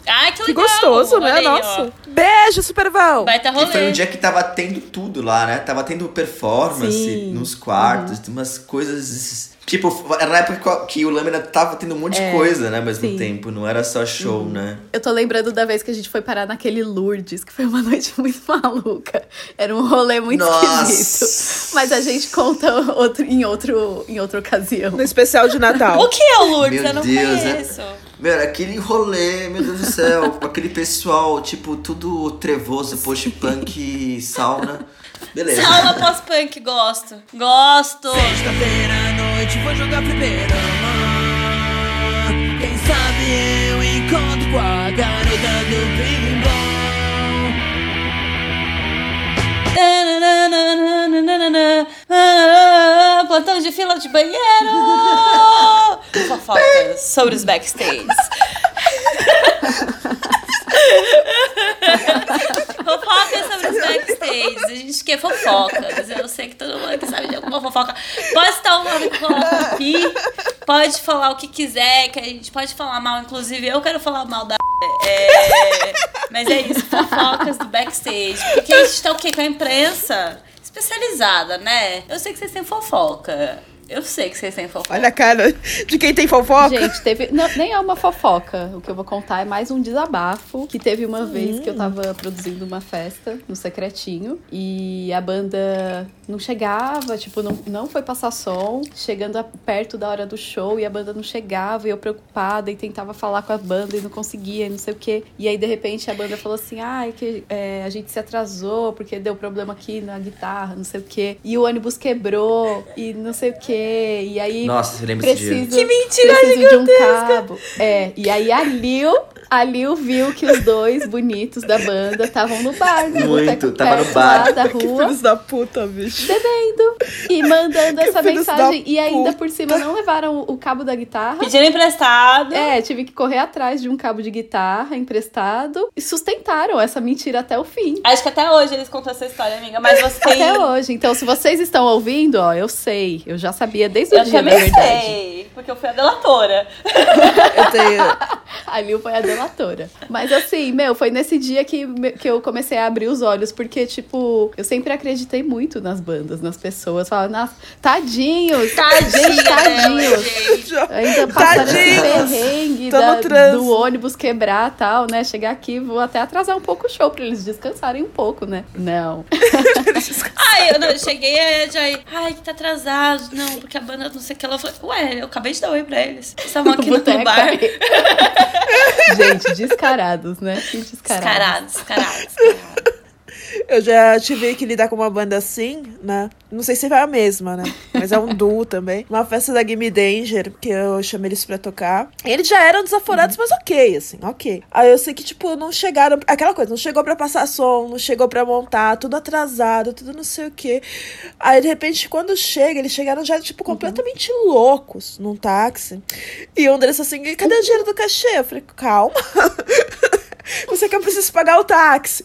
Speaker 5: Ai, que legal.
Speaker 1: Que gostoso, né?
Speaker 5: Olha aí, ó.
Speaker 1: Nossa. Beijo, Supervão.
Speaker 5: Vai tá
Speaker 2: E foi um
Speaker 5: rolê.
Speaker 2: dia que tava tendo tudo lá, né? Tava tendo performance
Speaker 6: Sim. Uhum.
Speaker 2: nos quartos, umas coisas. Tipo, era na época que o Lâmina tava tendo um monte de coisa, né? Ao mesmo
Speaker 6: É. sim. Uhum.
Speaker 2: tempo, não era só show, né?
Speaker 6: Eu tô lembrando da vez que a gente foi parar naquele Lourdes, que foi uma noite muito maluca. Era um rolê muito
Speaker 2: Nossa!
Speaker 6: esquisito. Mas a gente conta outro, em, outro, em outra ocasião.
Speaker 1: No especial de Natal.
Speaker 5: O que é o Lourdes?
Speaker 2: Meu
Speaker 5: eu não
Speaker 2: Deus, é-
Speaker 5: conheço.
Speaker 2: Meu, era aquele rolê, meu Deus do céu. com aquele pessoal, tipo, tudo trevoso, post-punk, sauna. Beleza.
Speaker 5: Saula pós-punk, gosto. Gosto.
Speaker 8: Sexta-feira à noite vou jogar fliperama Quem sabe eu encontro com a garota do Bing Bong
Speaker 5: Tananana, ah, Plantão de fila de banheiro. Fofocas sobre os backstage. Fofocas sobre os backstage. A gente quer fofocas. Eu sei que todo mundo que sabe de alguma fofoca. Pode estar o nome que coloca aqui. Pode falar o que quiser, que a gente pode falar mal. Inclusive, eu quero falar mal da. É, mas é isso, fofocas do backstage. Porque a gente tá o quê? Com a imprensa especializada, né? Eu sei que vocês têm fofoca. Eu sei que vocês têm fofoca.
Speaker 1: Olha a cara de quem tem fofoca.
Speaker 6: Gente, teve. Não, nem é uma fofoca. O que eu vou contar é mais um desabafo. Que teve uma vez que eu tava produzindo uma festa no secretinho. E a banda não chegava, tipo, não, não foi passar som. Chegando a- perto da hora do show e a banda não chegava. E eu preocupada e tentava falar com a banda e não conseguia e não sei o quê. E aí, de repente, a banda falou assim: ah, é que é, a gente se atrasou porque deu problema aqui na guitarra, não sei o quê. E o ônibus quebrou e não sei o quê. E aí.
Speaker 2: Nossa, eu lembro desse dia.
Speaker 6: Preciso, que mentira preciso de um cabo. É, e aí a Lil, a Lil viu que os dois bonitos da banda estavam no bar, no
Speaker 2: Muito,
Speaker 6: boteco
Speaker 2: tava no
Speaker 6: perto
Speaker 2: bar.
Speaker 6: lá da
Speaker 1: Que
Speaker 6: rua,
Speaker 1: filhos da puta, bicho.
Speaker 6: e mandando essa
Speaker 1: filhos da
Speaker 6: mensagem. E ainda
Speaker 1: puta.
Speaker 6: por cima não levaram o cabo da guitarra.
Speaker 5: Pediram emprestado.
Speaker 6: É, tive que correr atrás de um cabo de guitarra emprestado e sustentaram essa mentira até o fim.
Speaker 5: Acho que até hoje eles contam essa história, amiga. Mas você tem.
Speaker 6: Até hoje. Então, se vocês estão ouvindo, ó, eu sei. Eu já sabia desde o
Speaker 5: Eu
Speaker 6: dia, na
Speaker 5: também
Speaker 6: verdade.
Speaker 5: sei. Porque eu fui a delatora.
Speaker 1: Eu tenho...
Speaker 6: A Lil foi a delatora. Mas assim, meu, foi nesse dia que, que eu comecei a abrir os olhos, porque, tipo, eu sempre acreditei muito nas bandas, nas pessoas. Falava, nossa,
Speaker 2: né,
Speaker 6: tadinhos!
Speaker 1: Tá,
Speaker 5: Tadinha,
Speaker 6: gente, tadinhos! Ainda passaram esse
Speaker 1: Tadinhos!
Speaker 6: perrengue
Speaker 1: Tô no
Speaker 6: da-
Speaker 1: transe.
Speaker 6: do ônibus quebrar e tal, né? Chegar aqui, vou até atrasar um pouco o show pra eles descansarem um pouco, né? Não.
Speaker 5: Ai, eu não, cheguei aí, já aí, ai, que tá atrasado, não, porque a banda não sei o que ela falou, ué, eu acabei de dar oi pra eles. Eles estavam aqui no
Speaker 6: Boteca.
Speaker 5: bar.
Speaker 6: Gente, descarados, né? Que descarados.
Speaker 5: Descarados, descarados, descarados.
Speaker 1: Eu já tive que lidar com uma banda assim, né? Não sei se vai a mesma, né? Mas é um duo também. Uma festa da Game Danger, que eu chamei eles pra tocar. Eles já eram desaforados, mas ok, assim, ok. Aí eu sei que, tipo, não chegaram. Aquela coisa, não chegou pra passar som, não chegou pra montar, tudo atrasado, tudo não sei o quê. Aí, de repente, quando chega, eles chegaram já, tipo, completamente loucos num táxi. E um deles assim, cadê o dinheiro do cachê? Eu falei, calma. Você que eu preciso pagar o táxi.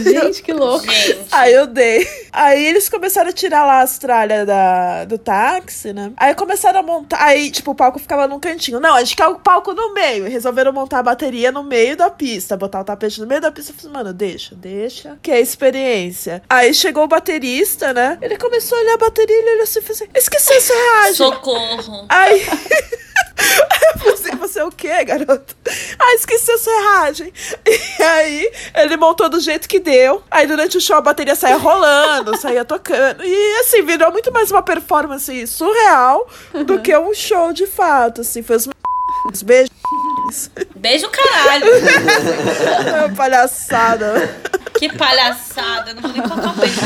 Speaker 6: Gente, que louco.
Speaker 5: Gente,
Speaker 1: Aí eu dei. Aí eles começaram a tirar lá as tralhas da, do táxi, né? Aí começaram a montar. Aí, tipo, o palco ficava num cantinho. Não, a gente quer o palco no meio. Resolveram montar a bateria no meio da pista, botar o tapete no meio da pista. Eu falei, mano, deixa, deixa. Que é experiência. Aí chegou o baterista, né? Ele começou a olhar a bateria ele olhou assim e falou assim: esqueci essa reagem.
Speaker 5: socorro.
Speaker 1: Aí. Você, você é o quê, garoto? Ah, esqueci a serragem. E aí, ele montou do jeito que deu. Aí, durante o show, a bateria saía rolando, saía tocando. E, assim, virou muito mais uma performance surreal do que um show de fato, assim. Foi os os beijos.
Speaker 5: Beijo caralho.
Speaker 1: Palhaçada.
Speaker 5: que palhaçada. Não vou nem colocar o beijo.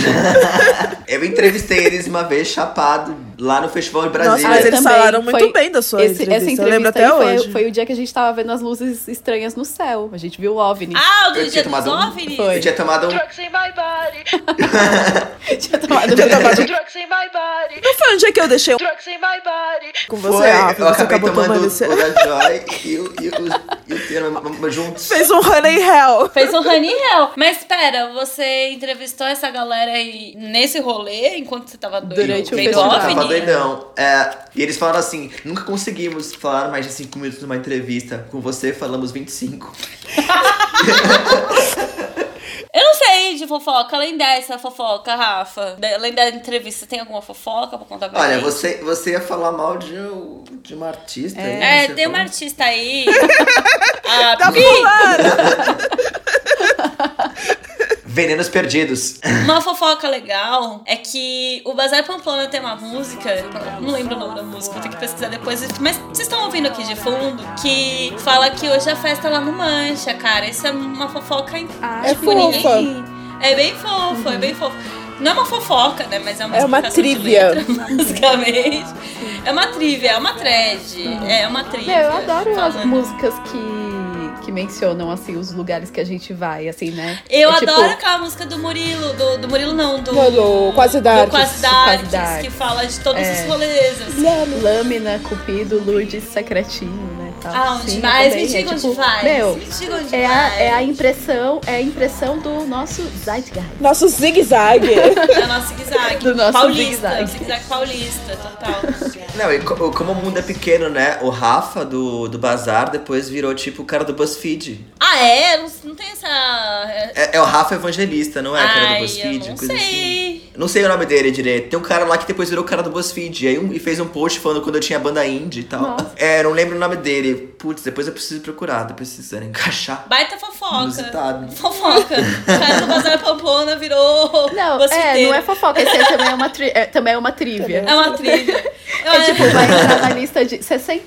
Speaker 2: Eu entrevistei eles uma vez chapado lá no Festival de
Speaker 1: Nossa,
Speaker 2: Brasília.
Speaker 1: mas
Speaker 6: eu
Speaker 1: eles
Speaker 6: também.
Speaker 1: falaram muito
Speaker 6: Foi-
Speaker 1: bem da sua
Speaker 6: Esse-
Speaker 1: entrevista.
Speaker 6: essa
Speaker 1: Eu lembro
Speaker 6: entrevista
Speaker 1: até
Speaker 6: aí foi,
Speaker 1: hoje.
Speaker 6: foi o dia que a gente tava vendo as luzes estranhas no céu. A gente viu o OVNI.
Speaker 5: Ah, o
Speaker 2: Eu
Speaker 5: do
Speaker 2: tinha
Speaker 5: dia dos
Speaker 2: tomado um.
Speaker 5: OVNIs.
Speaker 6: Foi.
Speaker 2: Eu tinha tomado um.
Speaker 3: Drugs in my body.
Speaker 6: Tinha tomado-
Speaker 3: Drugs in my body.
Speaker 1: Não foi um dia que eu deixei
Speaker 3: Drugs in my body.
Speaker 1: com você,
Speaker 2: Foi,
Speaker 1: Rafa,
Speaker 2: eu
Speaker 1: você
Speaker 2: acabei
Speaker 1: acabou
Speaker 2: tomando um.
Speaker 1: tomando
Speaker 2: o
Speaker 1: esse...
Speaker 2: da Joy e o, e o, e o Tena juntos.
Speaker 1: Fez um honey hell.
Speaker 5: Fez um honey hell. Mas pera, você entrevistou essa galera aí nesse rolê enquanto você tava doido?
Speaker 6: Durante o
Speaker 5: vendo
Speaker 6: festival.
Speaker 5: OVNI?
Speaker 2: Tava doidão. É, e eles falaram assim: nunca conseguimos falar mais de 5 minutos numa entrevista. Com você falamos 25.
Speaker 5: Eu não sei de fofoca, além dessa fofoca, Rafa. da- Além da entrevista, tem alguma fofoca pra contar pra
Speaker 2: Olha,
Speaker 5: gente?
Speaker 2: você, você ia falar mal de, um- de uma artista. aí, né?
Speaker 5: É,
Speaker 2: Você
Speaker 5: tem uma
Speaker 2: falou.
Speaker 5: artista aí. Ah, a
Speaker 1: Tá
Speaker 5: Bi,
Speaker 1: pulando.
Speaker 2: Venenos Perdidos.
Speaker 5: uma fofoca legal é que o Bazar Pamplona tem uma música, eu não lembro o nome da música, vou ter que pesquisar depois, mas vocês estão ouvindo aqui de fundo que fala que hoje a festa lá no Mancha, cara. Isso é uma fofoca in- tipo,
Speaker 1: é fofa.
Speaker 5: É bem fofa, é bem fofa. Não é uma fofoca, né? Mas é uma
Speaker 1: É uma
Speaker 5: explicação de
Speaker 1: trivia.
Speaker 5: letra, basicamente. É uma trivia, é uma thread. É uma
Speaker 6: Meu,
Speaker 5: trivia.
Speaker 6: eu adoro as
Speaker 5: Fala.
Speaker 6: músicas que, que mencionam, assim, os lugares que a gente vai, assim, né?
Speaker 5: Eu
Speaker 6: É tipo-
Speaker 5: adoro aquela música do Murilo, do, do Murilo não, do,
Speaker 1: Não, do Quase
Speaker 5: do
Speaker 1: Darks.
Speaker 5: Quase
Speaker 6: Quase
Speaker 5: Darks,
Speaker 6: Darks.
Speaker 5: que fala de todos
Speaker 6: É.
Speaker 5: os rolês. assim.
Speaker 6: Lâmina, Cupido, Lourdes, Secretinho, né? Tal.
Speaker 5: Ah, onde
Speaker 6: Sim,
Speaker 5: mais?
Speaker 6: também,
Speaker 5: Me diga
Speaker 6: é,
Speaker 5: onde
Speaker 6: tipo,
Speaker 5: vai.
Speaker 6: Meu,
Speaker 5: Me diga onde
Speaker 6: é
Speaker 5: vai.
Speaker 6: a, é a impressão, é a impressão do nosso Zeitgeist.
Speaker 1: Nosso zigue-zague.
Speaker 5: É o nosso zigue-zague.
Speaker 6: Do nosso
Speaker 5: paulista.
Speaker 6: zigue-zague.
Speaker 5: o zigue-zague paulista, total.
Speaker 2: Não, e co- como o mundo é pequeno, né? O Rafa do, do Bazar depois virou tipo o cara do BuzzFeed.
Speaker 5: ah, é? Não, não tem essa.
Speaker 2: É, é o Rafa Evangelista, não é? cara do
Speaker 5: Ai,
Speaker 2: BuzzFeed,
Speaker 5: eu não
Speaker 2: coisa assim.
Speaker 5: sei.
Speaker 2: Não sei o nome dele direito. Tem um cara lá que depois virou o cara do BuzzFeed. E, aí um- e fez um post falando quando eu tinha banda indie e tal.
Speaker 6: Nossa.
Speaker 2: É, não lembro o nome dele. Putz, depois eu preciso procurar, depois precisando encaixar.
Speaker 5: Baita fofoca.
Speaker 2: Inusitado.
Speaker 5: Fofoca. O cara do Bazar Pamplona virou.
Speaker 6: Não, é,
Speaker 5: buceteiro.
Speaker 6: não é fofoca, esse é também é uma, tri- é, também é uma trivia.
Speaker 5: É uma trilha.
Speaker 6: É tipo, vai entrar na lista de 60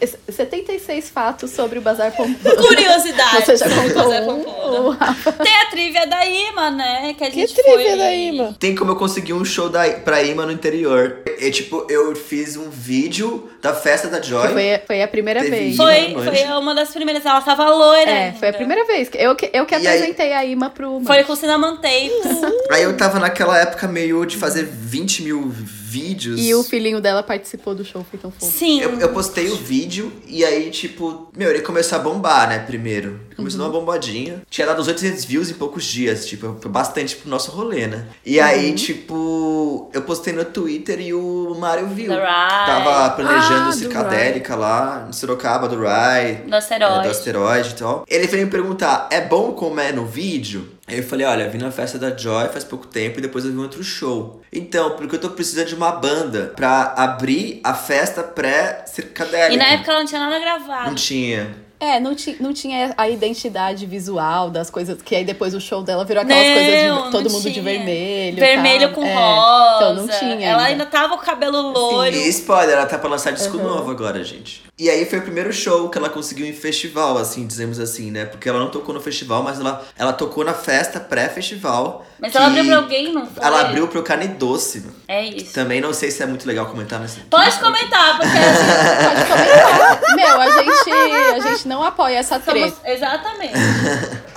Speaker 6: 76 fatos sobre o Bazar Pompom.
Speaker 5: Curiosidade.
Speaker 6: Você já contou
Speaker 5: Bazar
Speaker 6: um?
Speaker 5: Pamplona.
Speaker 6: ou-
Speaker 5: Tem a trivia da Ima, né? Que a
Speaker 1: que
Speaker 5: gente
Speaker 1: trivia
Speaker 5: foi...
Speaker 1: da Ima.
Speaker 2: Tem como eu conseguir um show da, pra Ima no interior. É tipo, eu fiz um vídeo da festa da Joy.
Speaker 6: Que Foi, foi a primeira
Speaker 2: Teve
Speaker 6: vez.
Speaker 2: isso.
Speaker 5: Foi,
Speaker 2: Ima,
Speaker 5: foi
Speaker 2: mas-
Speaker 5: uma das primeiras. Ela tava loira.
Speaker 6: É, foi a
Speaker 5: ainda.
Speaker 6: primeira vez. que- Eu que, eu que
Speaker 2: E aí-
Speaker 6: apresentei a Ima pro.
Speaker 5: Foi com cinnamon tapes.
Speaker 6: Uh!
Speaker 2: Aí eu tava naquela época meio de fazer 20 mil vídeos.
Speaker 6: E o filhinho dela participou do show, foi tão fofo.
Speaker 5: Sim.
Speaker 2: Eu, eu postei o vídeo e aí, tipo, meu, ele começou a bombar, né? Primeiro. Começou
Speaker 6: Uhum.
Speaker 2: uma bombadinha. Tinha dado uns 800 views em poucos dias. Tipo, foi bastante pro nosso rolê, né?
Speaker 6: Uhum.
Speaker 2: E aí, tipo, eu postei no Twitter e o Mário viu.
Speaker 5: Rai.
Speaker 2: Tava planejando
Speaker 1: Ah,
Speaker 2: o
Speaker 1: do
Speaker 2: Cicadélica lá, no Sorocaba, do Rai.
Speaker 5: Do asteroide.
Speaker 2: É, do asteroide e tal. Ele veio me perguntar, é bom como é no vídeo? Aí eu falei, olha, vim na festa da Joy faz pouco tempo e depois eu vi um outro show. Então, porque eu tô precisando de uma banda pra abrir a festa pré-circadélica.
Speaker 5: E na época Ah. ela não tinha nada gravado.
Speaker 2: Não tinha.
Speaker 6: É, não, ti- não tinha a identidade visual das coisas, que aí depois o show dela virou aquelas
Speaker 5: Não,
Speaker 6: coisas de todo
Speaker 5: não
Speaker 6: mundo de
Speaker 5: tinha.
Speaker 6: vermelho. e
Speaker 5: Vermelho
Speaker 6: tal.
Speaker 5: com
Speaker 6: É,
Speaker 5: rosa.
Speaker 6: Então não tinha.
Speaker 5: Ela
Speaker 6: ainda.
Speaker 5: ainda tava com o cabelo loiro.
Speaker 2: E spoiler, ela tá pra lançar disco novo agora, gente. E aí foi o primeiro show que ela conseguiu em festival, assim, dizemos assim, né? Porque ela não tocou no festival, mas ela, ela tocou na festa pré-festival.
Speaker 5: Mas ela
Speaker 2: que
Speaker 5: abriu pra alguém, não foi?
Speaker 2: Ela abriu pro Carne Doce. né?
Speaker 5: É isso.
Speaker 2: Também não sei se é muito legal comentar, mas...
Speaker 5: Pode comentar, porque a
Speaker 6: Pode comentar. Meu, a gente, a gente não apoia essa
Speaker 5: gente
Speaker 6: treta.
Speaker 5: somos... Exatamente.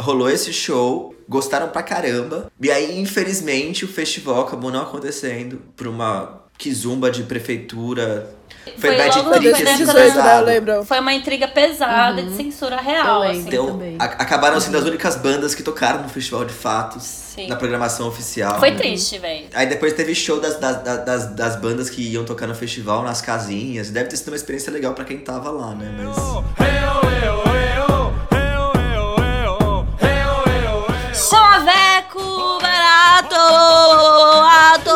Speaker 2: Rolou esse show, gostaram pra caramba. E aí, infelizmente, o festival acabou não acontecendo por uma quizumba de prefeitura. Foi,
Speaker 5: Foi
Speaker 2: bad
Speaker 5: logo
Speaker 1: Foi
Speaker 5: Trivia
Speaker 2: trip,
Speaker 5: na
Speaker 2: assim,
Speaker 1: 2018, né? Eu
Speaker 2: pesado.
Speaker 1: lembro.
Speaker 5: Foi uma intriga pesada de censura real,
Speaker 6: Uhum. Eu
Speaker 5: assim.
Speaker 6: lembro.
Speaker 2: Então,
Speaker 6: Também.
Speaker 2: a- acabaram sendo as únicas bandas que tocaram no festival de fatos,
Speaker 5: Sim.
Speaker 2: na programação oficial.
Speaker 5: Foi
Speaker 2: né?
Speaker 5: triste, velho.
Speaker 2: Aí depois teve show das, das, das- das, das bandas que iam tocar no festival, nas casinhas. Deve ter sido uma experiência legal pra quem tava lá, né? Mas.
Speaker 5: Chaveco barato, ato, ato,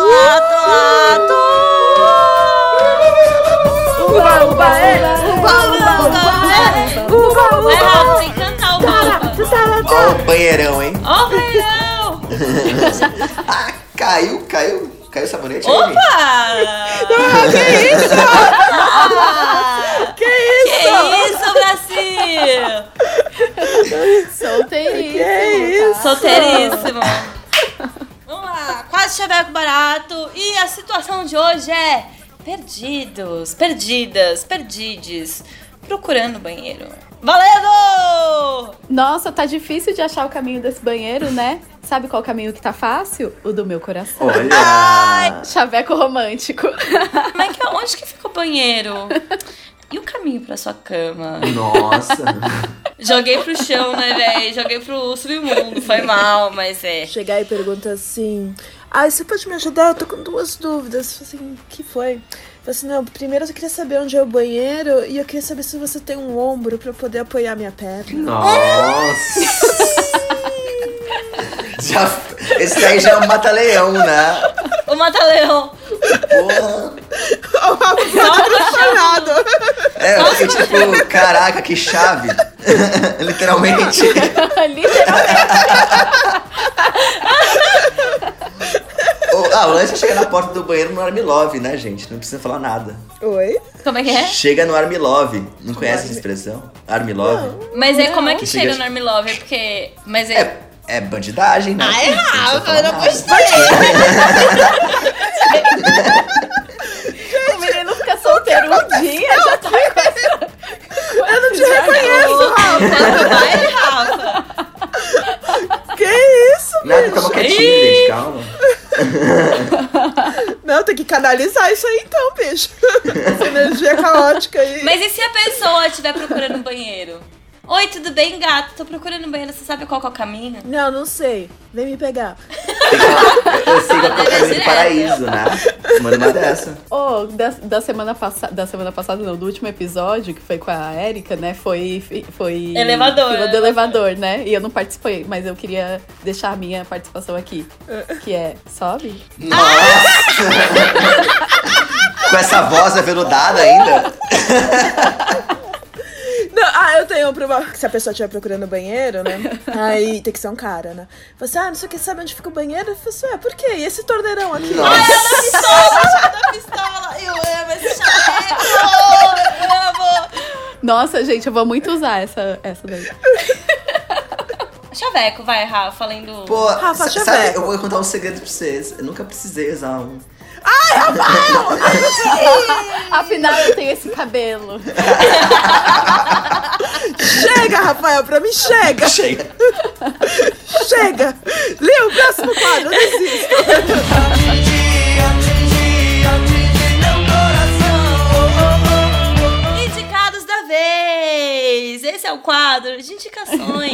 Speaker 5: ato.
Speaker 1: é,
Speaker 6: Uba, uba, uba, uba, uba, uba,
Speaker 5: Vai, Rafa, tem que cantar o Rafa.
Speaker 2: Ó o banheirão, hein?
Speaker 5: Ó, Gabriel!
Speaker 2: Ah, caiu, caiu. Caiu o sabonete aí, gente?
Speaker 5: Opa!
Speaker 1: Que
Speaker 5: Que
Speaker 1: isso?
Speaker 5: isso, Brasil?
Speaker 6: Solteiríssimo.
Speaker 1: Que
Speaker 6: tá?
Speaker 5: Solteiríssimo. Vamos lá, quase chaveco barato. E a situação de hoje é perdidos, perdidas, perdides, procurando banheiro. Valendo!
Speaker 6: Nossa, tá difícil de achar o caminho desse banheiro, né? Sabe qual caminho que tá fácil? O do meu coração.
Speaker 2: Olha!
Speaker 6: Chaveco romântico.
Speaker 5: Como é que, onde que fica o banheiro? E o caminho pra sua cama?
Speaker 2: Nossa!
Speaker 5: Joguei pro chão, né, véi? Joguei pro submundo, foi mal, mas é.
Speaker 1: Chegar e perguntar assim: Ai, você pode me ajudar? Eu tô com duas dúvidas. Eu falei assim: que foi? Eu falei assim: não, primeiro eu queria saber onde é o banheiro e eu queria saber se você tem um ombro pra eu poder apoiar minha perna.
Speaker 2: Nossa! já, esse aí já é um mata-leão, né?
Speaker 5: Ô, Mataleão,
Speaker 2: Porra!
Speaker 1: Chorado!
Speaker 2: É, eu fiquei tipo, caraca, que chave! Literalmente.
Speaker 6: Literalmente.
Speaker 2: O- Ah, o lance é chegar na porta do banheiro no Armilove, né, gente? Não precisa falar nada.
Speaker 1: Oi?
Speaker 5: como é que é?
Speaker 2: Chega no Armilove. Não conhece essa expressão? Armilove?
Speaker 5: Mas é como é que
Speaker 2: Chega-
Speaker 5: chega no Army Love? É Porque. Mas é.
Speaker 2: É, é bandidagem, né?
Speaker 5: Ah, é
Speaker 2: Não precisa
Speaker 5: Rafa,
Speaker 2: falar
Speaker 5: eu não
Speaker 2: nada.
Speaker 5: gostei.
Speaker 6: O menino fica solteiro um dia, já tá com essa... Eu não te
Speaker 5: Ô, Rafa, vai, Rafa.
Speaker 1: Que isso?
Speaker 2: Nada, calma quietinho, gente, calma.
Speaker 1: Não, tem que canalizar isso aí então, bicho. Essa energia caótica aí.
Speaker 5: Mas e se a pessoa estiver procurando um banheiro? Oi, tudo bem, gato? Tô procurando um banheiro, você sabe qual que é o caminho?
Speaker 1: Não, não sei. Vem me pegar.
Speaker 2: Eu, eu sigo a propaganda do paraíso, né? Manda uma dessa.
Speaker 6: Oh, da, da semana passada, da semana passada não, do último episódio, que foi com a Érica, né, foi... fi- foi
Speaker 5: Elevador.
Speaker 6: Fila do elevador, né, e eu não participei, mas eu queria deixar a minha participação aqui, que é, sobe?
Speaker 2: Com essa voz aveludada ainda.
Speaker 1: Não, ah, eu tenho um problema. Se a pessoa estiver procurando banheiro, né? Aí tem que ser um cara, né? Você, ah, não sei o que, sabe onde fica o banheiro? Eu falo assim, ué, por quê? E esse torneirão aqui?
Speaker 2: Nossa.
Speaker 5: Pistola, eu amo esse chaleco! Eu amo!
Speaker 6: Nossa, gente, eu vou muito usar essa, essa daí.
Speaker 5: Chaveco, vai, Rafa, além do.
Speaker 2: Pô,
Speaker 1: Rafa,
Speaker 2: sa-
Speaker 1: deixa eu
Speaker 2: sabe,
Speaker 1: ver.
Speaker 2: eu vou contar um segredo pra vocês. Eu nunca precisei usar um.
Speaker 6: Afinal, eu tenho esse cabelo.
Speaker 1: Chega, Rafael, pra mim chega!
Speaker 2: Chega.
Speaker 1: Chega! Lê o próximo quadro, eu desisto.
Speaker 5: Indicados da vez! Esse é o quadro de indicações.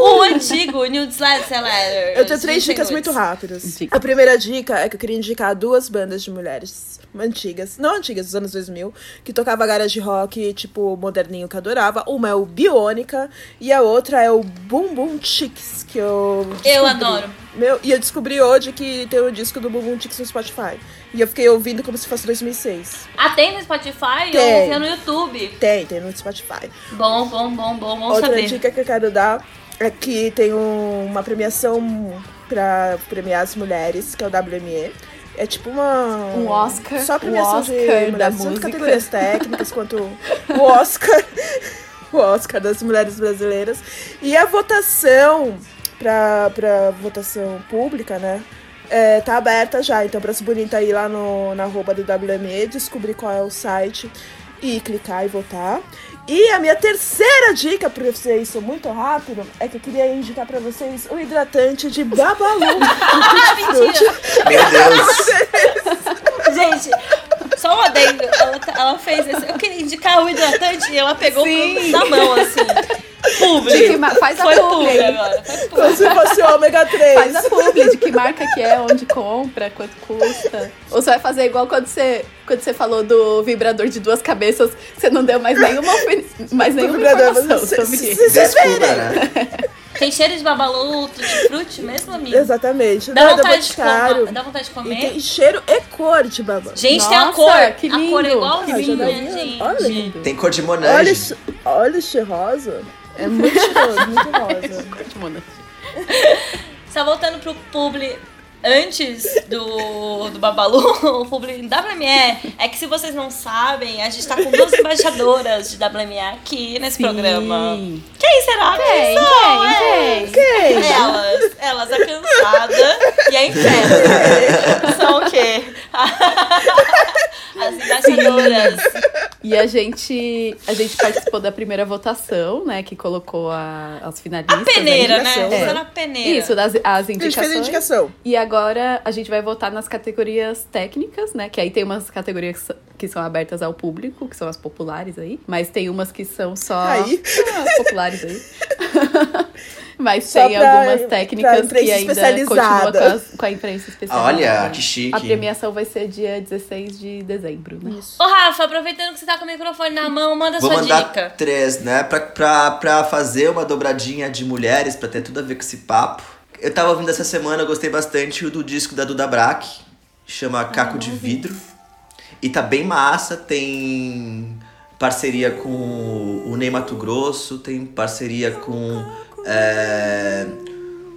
Speaker 5: o antigo New Slider Letter.
Speaker 1: Eu tenho três dicas muito rápidas.
Speaker 6: Dica.
Speaker 1: A primeira dica é que eu queria indicar duas bandas de mulheres antigas, não antigas, dos anos 2000, que tocava garage rock, tipo, moderninho que eu adorava. Uma é o Biônica e a outra é o Boom Boom Chicks, que eu
Speaker 5: Eu
Speaker 1: descobri.
Speaker 5: adoro.
Speaker 1: Meu, e eu descobri hoje que tem o disco do Boom Boom Chicks no Spotify. E eu fiquei ouvindo como se fosse 2006.
Speaker 5: Ah, tem no Spotify ou
Speaker 1: Tem.
Speaker 5: tem no YouTube?
Speaker 1: Tem, tem no Spotify.
Speaker 5: Bom, bom, bom, bom, bom
Speaker 1: Outra
Speaker 5: saber.
Speaker 1: dica que eu quero dar é que tem um- uma premiação pra premiar as mulheres, que é o WME. É tipo uma.
Speaker 6: Um Oscar,
Speaker 1: Só premiação
Speaker 6: o
Speaker 1: de
Speaker 6: Oscar da
Speaker 1: mulheres, tanto
Speaker 6: música.
Speaker 1: categorias técnicas quanto o Oscar. o Oscar das mulheres brasileiras. E a votação pra, pra votação pública, né? é, tá aberta já, então pra se bonita ir lá no, na arroba do WME, descobrir qual é o site e clicar e votar. E a minha terceira dica pra vocês, sou muito rápido, é que eu queria indicar pra vocês o hidratante de Babalu.
Speaker 5: Ah, mentira!
Speaker 2: Meu Deus.
Speaker 5: Gente, só um adendo. Ela, tá- ela fez esse. Eu queria indicar o hidratante e ela pegou
Speaker 6: Sim.
Speaker 5: pro- na mão, assim.
Speaker 6: De que ma- faz a
Speaker 5: Foi publi
Speaker 6: publi.
Speaker 5: agora. Foi publi.
Speaker 1: Como Então, se fosse o ômega 3.
Speaker 6: Faz a publi de que marca que é, onde compra, quanto custa. Ou você vai fazer igual quando você, quando você falou do vibrador de duas cabeças, você não deu mais nenhuma, opini- mais nenhuma
Speaker 1: Vibrador,
Speaker 6: informação
Speaker 1: mas se-
Speaker 6: sobre
Speaker 1: se-
Speaker 6: isso.
Speaker 1: se-
Speaker 2: Desculpa, né?
Speaker 5: Tem cheiro de babalu, tutti-frutti mesmo, amigo?
Speaker 1: Exatamente.
Speaker 5: Dá
Speaker 1: Não é do
Speaker 5: vontade, de
Speaker 1: Boticário.
Speaker 5: comer, dá um vontade de
Speaker 1: E
Speaker 5: comer.
Speaker 1: tem cheiro e cor de babá.
Speaker 5: Gente,
Speaker 6: Nossa, que
Speaker 5: tem a cor. A cor
Speaker 6: lindo.
Speaker 5: é igualzinha,
Speaker 1: Ah, já deu
Speaker 5: né, gente.
Speaker 1: minha- olha.
Speaker 2: Tem cor de
Speaker 1: Olha,
Speaker 2: Monange.
Speaker 1: esse- olha este rosa.
Speaker 6: É muito
Speaker 1: Gostoso, muito rosa.
Speaker 6: Mona.
Speaker 5: Só tá voltando pro publi antes do, do Babalu, o publi da WME, é que se vocês não sabem, a gente tá com duas embaixadoras de WME aqui nesse programa.
Speaker 6: Sim.
Speaker 5: Quem será que
Speaker 6: Quem,
Speaker 5: são?
Speaker 6: quem,
Speaker 5: É.
Speaker 6: quem?
Speaker 5: Elas, elas, a cansada e a inferno. São o quê? As embaixadoras.
Speaker 6: E a gente, a gente participou da primeira votação, né? Que colocou a- as finalistas.
Speaker 5: A peneira, né?
Speaker 1: indicação,
Speaker 6: né?
Speaker 5: Só na peneira.
Speaker 6: Isso, das, as
Speaker 1: A gente fez a
Speaker 6: indicações.
Speaker 1: indicação.
Speaker 6: E agora a gente vai votar nas categorias técnicas, né? Que aí tem umas categorias que são abertas ao público, que são as populares aí. Mas tem umas que são só.
Speaker 1: Aí.
Speaker 6: Ah, as populares aí. mas
Speaker 1: Só
Speaker 6: tem
Speaker 1: pra-
Speaker 6: algumas
Speaker 1: pra
Speaker 6: técnicas
Speaker 1: imprensa
Speaker 6: que ainda continua
Speaker 1: especializada.
Speaker 6: com, as- com a imprensa especializada.
Speaker 2: Olha, que chique.
Speaker 6: A premiação vai ser dia 16 de dezembro, né?
Speaker 5: Ô, Rafa, aproveitando que você tá com o microfone na mão, manda
Speaker 2: Vou
Speaker 5: sua
Speaker 2: mandar
Speaker 5: dica.
Speaker 2: três, né? Pra, pra, pra fazer uma dobradinha de mulheres, pra ter tudo a ver com esse papo. Eu tava ouvindo essa semana, eu gostei bastante o do disco da Duda Brack,
Speaker 5: Ah,
Speaker 2: chama Caco de Vidro. E tá bem massa, tem parceria com o Ney Mato Grosso, tem parceria
Speaker 5: um
Speaker 2: com é,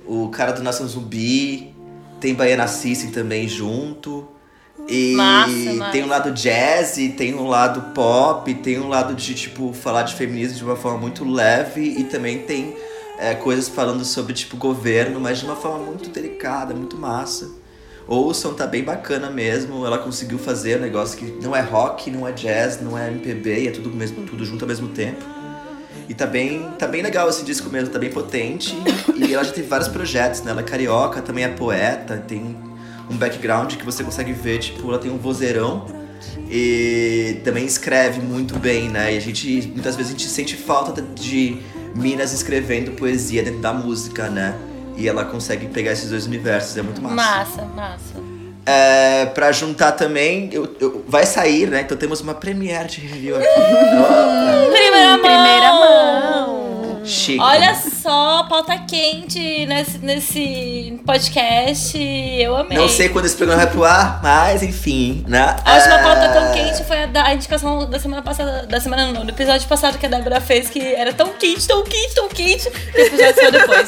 Speaker 2: o cara do Nação Zumbi, tem Baiana System também junto. E
Speaker 5: Massa, massa.
Speaker 2: tem um lado jazz, tem um lado pop, tem um lado de, tipo, falar de feminismo de uma forma muito leve e também tem é, coisas falando sobre, tipo, governo, mas de uma forma muito delicada, muito massa. Ouçam, tá bem bacana mesmo. Ela conseguiu fazer um negócio que não é rock, não é jazz, não é MPB, e é tudo, mesmo, tudo junto ao mesmo tempo. E tá bem, tá bem legal esse disco mesmo, tá bem potente. e ela já teve vários projetos, né? Ela é carioca, também é poeta, tem um background que você consegue ver, tipo, ela tem um vozeirão. E também escreve muito bem, né? E a gente, muitas vezes, a gente sente falta de minas escrevendo poesia dentro da música, né? E ela consegue pegar esses dois universos, é muito massa.
Speaker 5: Massa, massa.
Speaker 6: Hum,
Speaker 2: É, pra juntar também, eu- eu- vai sair, né? Então temos uma premiere de review aqui.
Speaker 5: Primeira mão!
Speaker 6: primeira mão.
Speaker 2: Ó, Chique.
Speaker 5: Olha só, pauta quente nesse, nesse podcast. Eu amei.
Speaker 2: Não sei quando esse programa vai pro ar, mas enfim, né?
Speaker 5: A última
Speaker 2: É,
Speaker 5: pauta tão quente foi a, da, a indicação da semana passada, da semana não, do episódio passado que a Débora fez, que era tão quente, tão quente, tão quente, que o episódio saiu depois.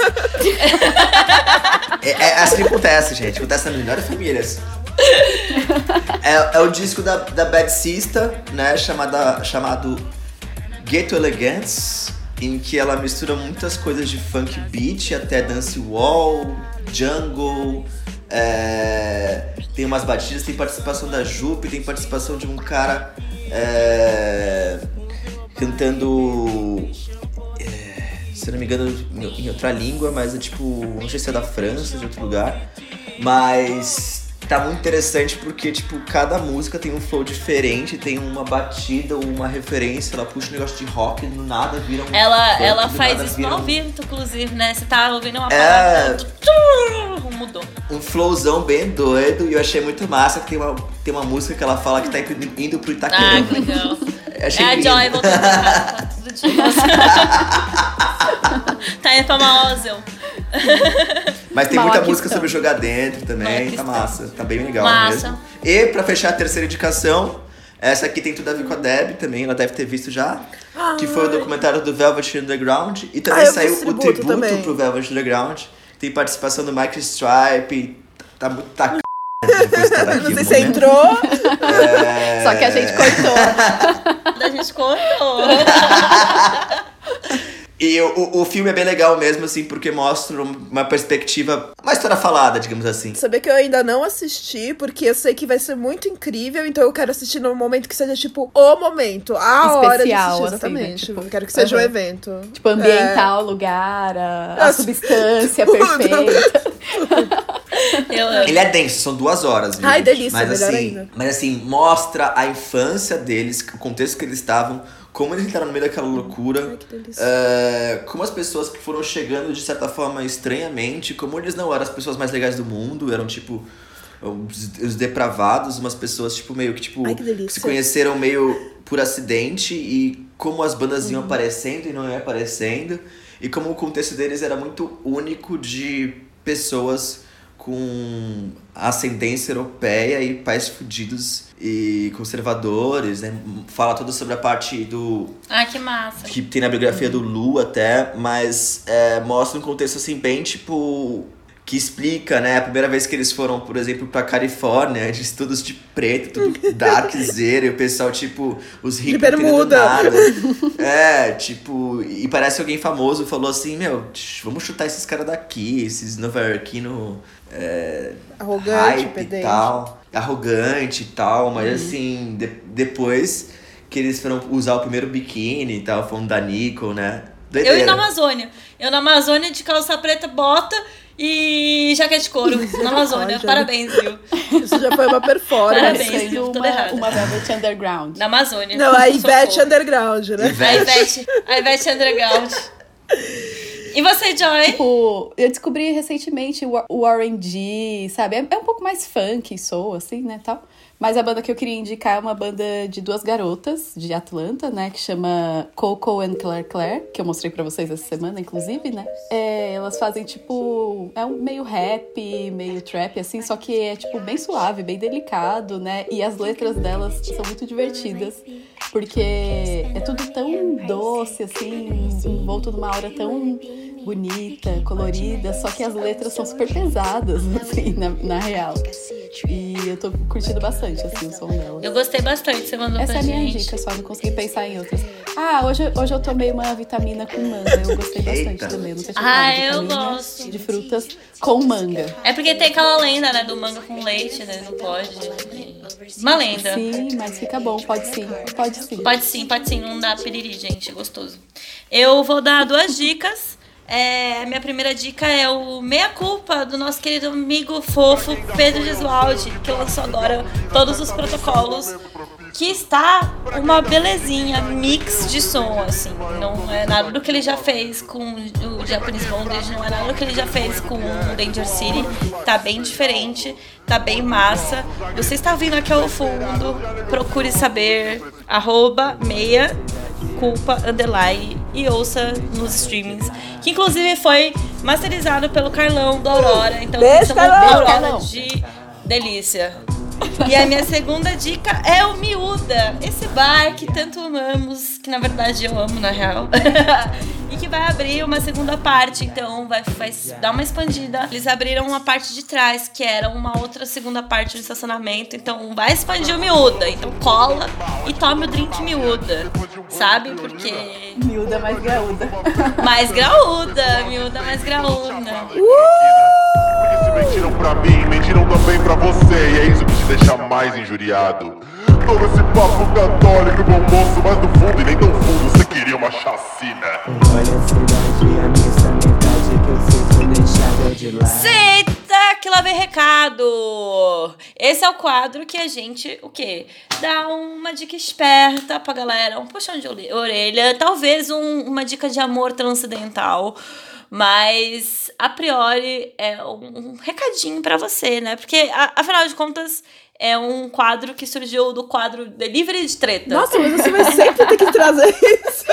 Speaker 2: É, é assim que acontece, gente. Acontece nas melhores famílias. É, é o disco da, da Bad Sister, né? Chamada, chamado Ghetto Elegance, em que ela mistura muitas coisas de funk beat até dancehall, jungle. é, tem umas batidas, tem participação da Jupe, tem participação de um cara é, cantando se eu não me engano, em- em outra língua, mas é tipo, não sei se é da França, de outro lugar. Mas tá muito interessante porque, tipo, cada música tem um flow diferente, tem uma batida, uma referência, ela puxa um negócio de rock, do nada vira um.
Speaker 5: Ela,
Speaker 2: funk,
Speaker 5: ela
Speaker 2: do
Speaker 5: faz
Speaker 2: nada
Speaker 5: isso
Speaker 2: vira
Speaker 5: no ao
Speaker 2: um-
Speaker 5: vivo, inclusive, né? Você tá ouvindo uma
Speaker 2: É.
Speaker 5: palavra. tchurr, Mudou.
Speaker 2: um flowzão bem doido e eu achei muito massa que tem uma, tem uma música que ela fala que tá indo- indo pro
Speaker 5: Ah,
Speaker 2: Itaquerão.
Speaker 5: que legal.
Speaker 2: achei
Speaker 5: É a
Speaker 2: lindo.
Speaker 5: Joy voltando pra casa, tá tudo de novo. Tá indo pra Mausel.
Speaker 2: Mas tem
Speaker 6: Mal
Speaker 2: muita
Speaker 6: aqui
Speaker 2: música
Speaker 1: tá.
Speaker 6: estamos.
Speaker 2: sobre jogar
Speaker 1: é
Speaker 2: dentro
Speaker 5: Mal
Speaker 2: também,
Speaker 5: aqui
Speaker 2: tá
Speaker 5: estamos.
Speaker 2: massa, tá bem legal
Speaker 5: Massa.
Speaker 2: mesmo. E pra fechar a terceira indicação, essa aqui tem tudo a ver com a Deb também, ela deve ter visto já, que foi o documentário do Velvet Underground e também
Speaker 1: Ah, eu vi
Speaker 2: saiu
Speaker 1: esse
Speaker 2: o
Speaker 1: tributo
Speaker 2: tributo
Speaker 1: também.
Speaker 2: pro Velvet Underground. Tem participação do Mike Stripe, tá muito tá c... depois que tá daqui
Speaker 1: Não sei
Speaker 2: no
Speaker 1: se
Speaker 2: momento.
Speaker 1: entrou.
Speaker 2: É,
Speaker 6: Só que a gente cortou.
Speaker 5: A gente contou.
Speaker 2: E o- o, o filme é bem legal mesmo, assim, porque mostra uma perspectiva, uma história falada, digamos assim.
Speaker 1: Saber que eu ainda não assisti, porque eu sei que vai ser muito incrível, então eu quero assistir num momento que seja, tipo, o momento, a hora de
Speaker 6: Especial,
Speaker 1: assistir,
Speaker 6: assim,
Speaker 1: exatamente.
Speaker 6: né? Tipo,
Speaker 1: eu quero que seja um
Speaker 6: aham.
Speaker 1: evento.
Speaker 6: tipo, ambiental, lugar, a, a
Speaker 1: As-
Speaker 6: substância
Speaker 1: É. Tudo.
Speaker 6: perfeita.
Speaker 5: Eu amo.
Speaker 2: Ele é denso, são duas horas. viu,
Speaker 1: Ai,
Speaker 2: gente?
Speaker 1: delícia,
Speaker 2: mas,
Speaker 1: melhor
Speaker 2: assim,
Speaker 1: ainda.
Speaker 2: Mas assim, mostra a infância deles, o contexto que eles estavam, como eles entraram no meio daquela loucura.
Speaker 1: Ai, que delícia.
Speaker 2: É, como as pessoas que foram chegando de certa forma estranhamente, como eles não eram as pessoas mais legais do mundo, eram tipo os, os depravados, umas pessoas tipo meio que tipo
Speaker 1: Ai, que delícia.
Speaker 2: se conheceram meio por acidente e como as bandas iam aparecendo e não iam aparecendo. E como o contexto deles era muito único de pessoas com ascendência europeia e pais fudidos e conservadores, né? Fala tudo sobre a parte do
Speaker 5: Ah, que massa.
Speaker 2: que tem na biografia do Lu até, mas é, mostra um contexto assim bem tipo que explica, né? A primeira vez que eles foram, por exemplo, pra Califórnia, de estudos de preto, tudo darkzera, e o pessoal, tipo, os hippies não entendendo
Speaker 1: bermuda.
Speaker 2: nada. É, tipo, e parece que alguém famoso falou assim, meu, tch, vamos chutar esses caras daqui, esses nova-iorquino é,
Speaker 1: Arrogante,
Speaker 2: hype e
Speaker 1: pedente.
Speaker 2: tal, arrogante e tal, mas
Speaker 5: Uhum.
Speaker 2: assim, de- depois que eles foram usar o primeiro biquíni e tal, falando da Nico, né?
Speaker 5: Eu ia
Speaker 2: Doideira.
Speaker 5: na Amazônia. Eu na Amazônia de calça preta, bota e jaquete de couro. Na Amazônia.
Speaker 1: Olha.
Speaker 5: Parabéns, viu?
Speaker 1: Isso já foi uma performance.
Speaker 5: Parabéns,
Speaker 6: Sendo
Speaker 5: Vivi, toda
Speaker 6: uma,
Speaker 5: errada.
Speaker 6: uma Velvet Underground.
Speaker 5: Na Amazônia.
Speaker 1: Não, a
Speaker 5: Socorro.
Speaker 1: Ivete Underground, né?
Speaker 5: A
Speaker 2: Ivete.
Speaker 5: Ivete. A Ivete Underground. E você, Joy?
Speaker 6: Tipo, eu descobri recentemente o- o R&D, sabe? É, é um pouco mais funk, sou assim, né, tal. Mas a banda que eu queria indicar é uma banda de duas garotas de Atlanta, né? Que chama Coco and Claire Claire, que eu mostrei pra vocês essa semana, inclusive, né? É, elas fazem, tipo, é um meio rap, meio trap, assim, só que é, tipo, bem suave, bem delicado, né? E as letras delas são muito divertidas, porque é tudo tão doce, assim, envolto numa aura tão bonita, colorida, só que as letras são super pesadas, assim, na, na real. E eu tô curtindo bastante, assim, o som dela.
Speaker 5: Eu gostei bastante, você mandou
Speaker 6: Essa é
Speaker 5: pra
Speaker 6: a minha
Speaker 5: gente.
Speaker 6: dica, só não consegui pensar em outras. Ah, hoje, hoje eu tomei uma vitamina com manga, eu gostei bastante
Speaker 2: Eita.
Speaker 6: também. Eu nunca tinha
Speaker 5: Ah,
Speaker 6: tomado
Speaker 5: eu
Speaker 6: vitamina
Speaker 5: gosto.
Speaker 6: De frutas com manga.
Speaker 5: É porque tem aquela lenda, né, do manga com leite, né? Não pode. Uma lenda.
Speaker 6: Sim, mas fica bom, pode sim, pode sim.
Speaker 5: Pode sim, pode sim, não dá piriri, gente, é gostoso. Eu vou dar duas dicas. É, a minha primeira dica é o Meia Culpa do nosso querido amigo fofo Pedro Gesualdi, que lançou agora todos os protocolos. Que está uma belezinha, mix de som, assim. Não é nada do que ele já fez com o Japanese Bondage, não é nada do que ele já fez com o Danger City. Tá bem diferente, tá bem massa. Você está vindo aqui ao fundo, procure saber, arroba meia culpa underline e ouça nos streamings. Que inclusive foi masterizado pelo Carlão da Aurora. Então,
Speaker 1: Beijo,
Speaker 5: chamou
Speaker 1: Carlão!
Speaker 5: Aurora
Speaker 6: Carlão.
Speaker 5: de delícia. E a minha segunda dica é o Miúda, esse bar que tanto amamos, que na verdade eu amo na real, e que vai abrir uma segunda parte, então vai, vai dar uma expandida. Eles abriram uma parte de trás, que era uma outra segunda parte do estacionamento, então vai expandir o Miúda, então cola e tome o drink Miúda, sabe? Porque
Speaker 6: Miúda mais graúda.
Speaker 5: mais graúda, Miúda mais graúda.
Speaker 9: Porque se mentiram pra mim, mentiram também pra você E é isso que te deixa mais injuriado Todo esse papo católico, bom moço Mas no fundo, e nem tão fundo, você queria uma chacina
Speaker 5: Aceita que lá vem recado! Esse é o quadro que a gente, o quê? Dá uma dica esperta pra galera, um puxão de ole- orelha, talvez um- uma dica de amor transcendental, mas a priori é um, um recadinho pra você, né? Porque, a- afinal de contas, é um quadro que surgiu do quadro Delivery de Treta.
Speaker 1: Nossa, mas você vai sempre ter que trazer isso.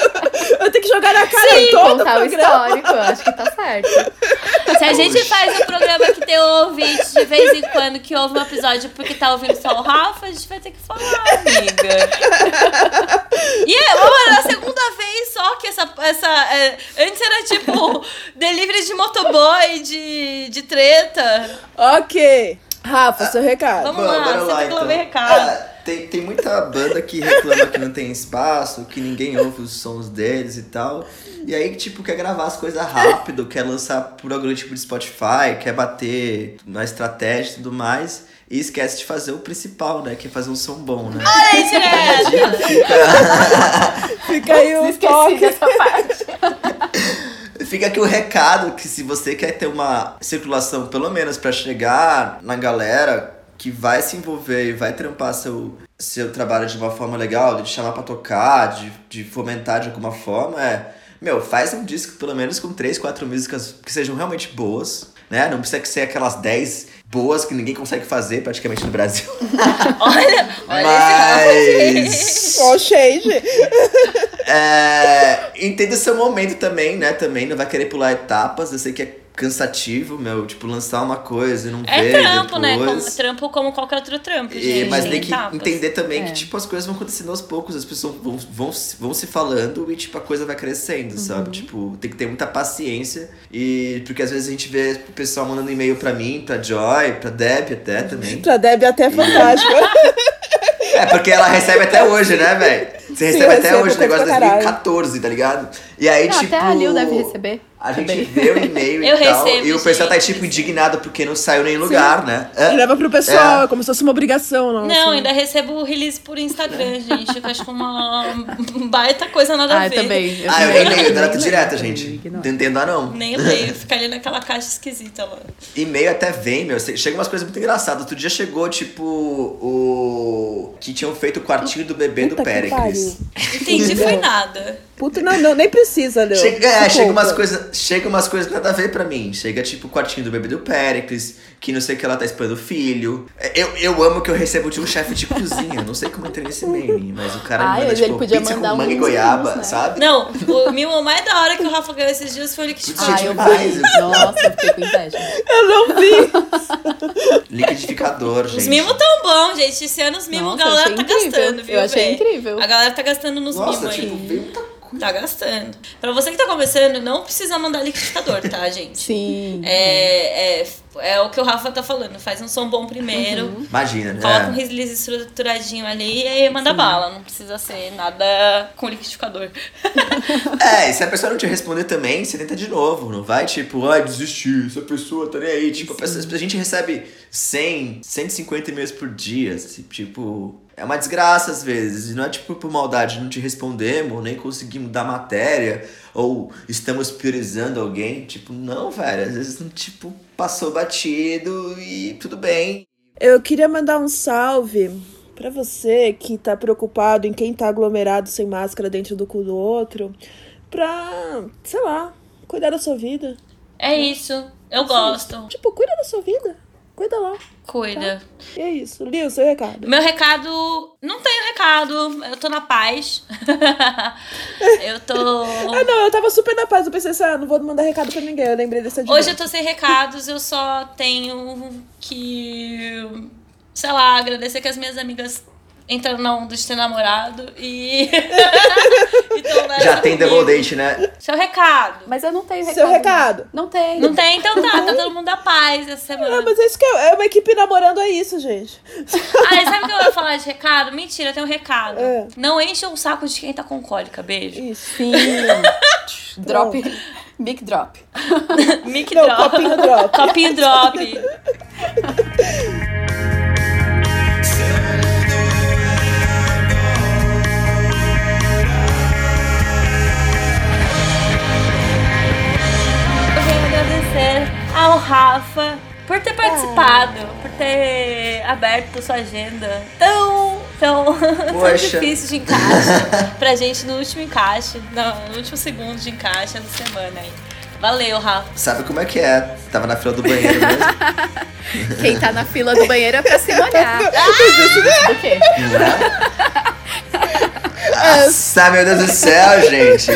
Speaker 1: Eu tenho que jogar na cara
Speaker 6: Sim,
Speaker 1: todo o
Speaker 6: contar o
Speaker 1: programa.
Speaker 6: histórico, acho que tá certo.
Speaker 5: Se a gente faz um programa que tem um ouvinte de vez em quando que ouve um episódio porque tá ouvindo só o Rafa, a gente vai ter que falar, amiga. E é, mano, a segunda vez só que essa. essa é, antes era tipo delivery de motoboy, de, de treta.
Speaker 1: Ok. Rafa, seu recado.
Speaker 5: Vamos lá,
Speaker 2: bora
Speaker 5: você tem que lá ver recado.
Speaker 2: Ah, tem, tem muita banda que reclama que não tem espaço, que ninguém ouve os sons deles e tal. E aí, tipo, quer gravar as coisas rápido, quer lançar por algum tipo de Spotify, quer bater na estratégia e tudo mais. E esquece de fazer o principal, né? Que é fazer um som bom, né?
Speaker 5: Aí, direto.
Speaker 1: Fica aí o
Speaker 6: Esqueci
Speaker 1: toque.
Speaker 6: dessa parte.
Speaker 2: Fica aqui o recado que se você quer ter uma circulação, pelo menos pra chegar na galera que vai se envolver e vai trampar seu, seu trabalho de uma forma legal, de te chamar pra tocar, de, de fomentar de alguma forma, é... Meu, faz um disco pelo menos com três, quatro músicas que sejam realmente boas, né? Não precisa que ser aquelas 10 boas que ninguém consegue fazer praticamente no Brasil.
Speaker 5: Olha, olha esse Rafa, gente.
Speaker 2: Mas...
Speaker 1: Ó, o shade.
Speaker 2: É, entenda seu momento também, né? Também não vai querer pular etapas. Eu sei que é cansativo, meu, tipo, lançar uma coisa e não
Speaker 5: É
Speaker 2: ver
Speaker 5: trampo,
Speaker 2: depois.
Speaker 5: né? Como- trampo como qualquer outro trampo,
Speaker 2: E,
Speaker 5: gente.
Speaker 2: mas tem
Speaker 5: tem
Speaker 2: que
Speaker 5: etapas.
Speaker 2: entender também
Speaker 5: É.
Speaker 2: que, tipo, as coisas vão acontecendo aos poucos, as pessoas vão, vão, se- vão se falando e, tipo, a coisa vai
Speaker 1: Uhum.
Speaker 2: crescendo, sabe? Tipo, tem que ter muita paciência. E porque às vezes a gente vê o pessoal mandando e-mail pra mim, pra Joy, pra Deb até também.
Speaker 1: Pra Debbie até é fantástico.
Speaker 2: É, porque ela recebe até hoje, né, velho? Você
Speaker 1: Sim,
Speaker 2: recebe até
Speaker 1: recebo,
Speaker 2: hoje o negócio de
Speaker 1: pra caralho.
Speaker 2: 2014, tá ligado? E aí,
Speaker 6: Não,
Speaker 2: tipo.
Speaker 6: Até a Lil deve receber.
Speaker 2: A gente vê o e-mail e
Speaker 6: Eu
Speaker 2: tal.
Speaker 6: recebo,
Speaker 2: e o pessoal tá, tipo, indignado porque não saiu nem lugar, né? É.
Speaker 1: Ele leva pro pessoal,
Speaker 2: É.
Speaker 1: é como se fosse uma obrigação. Não,
Speaker 5: Não,
Speaker 1: assim.
Speaker 5: ainda recebo o release por Instagram, gente. Eu acho que é uma baita coisa nada a
Speaker 6: Ah, eu
Speaker 5: ver.
Speaker 6: também.
Speaker 2: Ah, eu e-mail, eu deleto direto, gente. Não entendo, ah, não.
Speaker 5: Nem leio, fica ali naquela caixa esquisita lá.
Speaker 2: E-mail até vem, meu. Chega umas coisas muito engraçadas. Outro dia chegou, tipo, o. Que tinham feito o quartinho do bebê do
Speaker 1: Puta que
Speaker 2: Péricles.
Speaker 5: Entendi, foi nada.
Speaker 1: Puta, não, não, nem precisa, Leo.
Speaker 2: Chega, é,
Speaker 1: Se
Speaker 2: chega umas
Speaker 1: poupa.
Speaker 2: coisas. Chega umas coisas nada a ver pra mim. Chega, tipo, o quartinho do bebê do Péricles, que não sei o que ela tá esperando o filho. É, Eu, eu amo que eu recebo de um chefe de cozinha. Não sei como entrei nesse meme, mas o cara
Speaker 6: Ai,
Speaker 2: manda,
Speaker 6: ele
Speaker 2: tipo,
Speaker 6: podia
Speaker 2: pizza
Speaker 6: mandar
Speaker 2: com manga e
Speaker 6: uns
Speaker 2: goiaba,
Speaker 6: memes, né?
Speaker 2: sabe?
Speaker 5: Não, o meu mais da hora que o Rafa ganhou esses dias foi ele que te
Speaker 6: Ah, eu
Speaker 2: demais,
Speaker 6: vi.
Speaker 2: eu-
Speaker 6: Nossa, eu fiquei com inveja.
Speaker 1: Eu não vi.
Speaker 2: Liquidificador,
Speaker 5: Os
Speaker 2: gente.
Speaker 5: mimos tão bom, gente. Esse ano os mimos
Speaker 6: Nossa,
Speaker 5: a
Speaker 6: eu
Speaker 5: galera
Speaker 6: achei
Speaker 5: tá
Speaker 6: incrível.
Speaker 5: gastando, viu?
Speaker 6: Eu achei
Speaker 5: véi?
Speaker 6: incrível.
Speaker 5: A galera tá gastando nos
Speaker 2: Nossa,
Speaker 5: mimos
Speaker 2: tipo,
Speaker 5: aí.
Speaker 2: veio muita coisa.
Speaker 5: Tá gastando. Pra você que tá começando, não precisa mandar liquidificador, tá, gente?
Speaker 6: Sim.
Speaker 5: É, é, é o que o Rafa tá falando. Faz um som bom primeiro.
Speaker 6: Uhum.
Speaker 2: Imagina, né?
Speaker 5: Coloca um release estruturadinho ali e aí manda bala. Não precisa ser nada com liquidificador.
Speaker 2: É, e se a pessoa não te responder também, você tenta de novo. Não vai tipo, ai, desistir, essa pessoa tá nem aí. Tipo, a, pessoa- a gente recebe 100, 150 e-mails por dia. assim, Tipo, é uma desgraça às vezes. E não é tipo por maldade, não te respondemos, nem conseguimos dar matéria, ou estamos priorizando alguém. Tipo, não, velho. Às vezes, tipo, passou batido e tudo bem.
Speaker 1: Eu queria mandar um salve pra você que tá preocupado em quem tá aglomerado sem máscara dentro do cu do outro, pra, sei lá, cuidar da sua vida.
Speaker 5: É isso. Eu gosto.
Speaker 1: Tipo, cuida da sua vida. Cuida lá.
Speaker 5: Cuida.
Speaker 1: E é isso. Lil, seu recado.
Speaker 5: Meu recado. Não tenho recado. Eu tô na paz. eu tô.
Speaker 1: Ah, não, eu tava super na paz. Eu pensei assim, ah, não vou mandar recado pra ninguém. Eu lembrei dessa de
Speaker 5: Hoje eu tô sem recados, eu só tenho que, sei lá, agradecer que as minhas amigas entraram na onda de ter namorado e. então, né,
Speaker 2: Já tem double date, né?
Speaker 5: Seu recado.
Speaker 6: Mas eu não tenho recado.
Speaker 1: Seu
Speaker 6: não.
Speaker 1: recado.
Speaker 6: Não tem.
Speaker 5: Não tem, então tá, tá todo mundo da paz essa
Speaker 1: Ah,
Speaker 5: semana.
Speaker 1: mas é isso que é, é uma equipe namorando, é isso, gente.
Speaker 5: Ah, e sabe o que eu ia falar de recado? Mentira, eu tenho um recado.
Speaker 1: É.
Speaker 5: Não encha o saco de quem tá com cólica, beijo.
Speaker 1: Isso.
Speaker 6: Sim. drop. Big drop.
Speaker 5: Mic
Speaker 1: Não,
Speaker 5: drop.
Speaker 1: copinho drop.
Speaker 5: Copinho drop. Eu venho agradecer ao Rafa por ter participado,
Speaker 1: Ah.
Speaker 5: por ter aberto sua agenda tão, tão, tão
Speaker 2: Poxa.
Speaker 5: difícil de encaixe pra gente no último encaixe, no, no último segundo de encaixe da semana aí. Valeu, Rafa.
Speaker 2: Sabe como é que é? Tava na fila do banheiro mesmo. né?
Speaker 6: Quem tá na fila do banheiro é pra se molhar. Do quê?
Speaker 2: Nossa, Ah, meu Deus do céu, gente.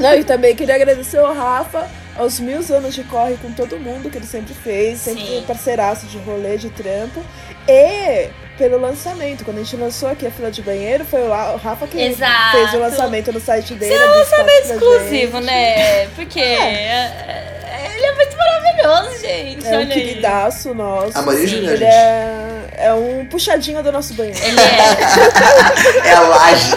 Speaker 1: Não, e também queria agradecer ao Rafa aos mil anos de corre com todo mundo que ele sempre fez, sempre
Speaker 5: Sim.
Speaker 1: parceiraço de rolê, de trampo. E pelo lançamento, quando a gente lançou aqui a fila de banheiro, foi lá o Rafa que
Speaker 5: Exato.
Speaker 1: fez o lançamento no site dele.
Speaker 5: Seu
Speaker 1: abriu
Speaker 5: lançamento
Speaker 1: espaço pra
Speaker 5: É exclusivo,
Speaker 1: gente.
Speaker 5: né? Porque é, é, ele é muito maravilhoso, gente.
Speaker 1: É um
Speaker 5: Olha aí.
Speaker 1: queridaço nosso.
Speaker 2: A Maria Júlia,
Speaker 1: ele
Speaker 2: gente.
Speaker 1: é... é um puxadinho do nosso banheiro.
Speaker 5: Ele é.
Speaker 2: É a laje.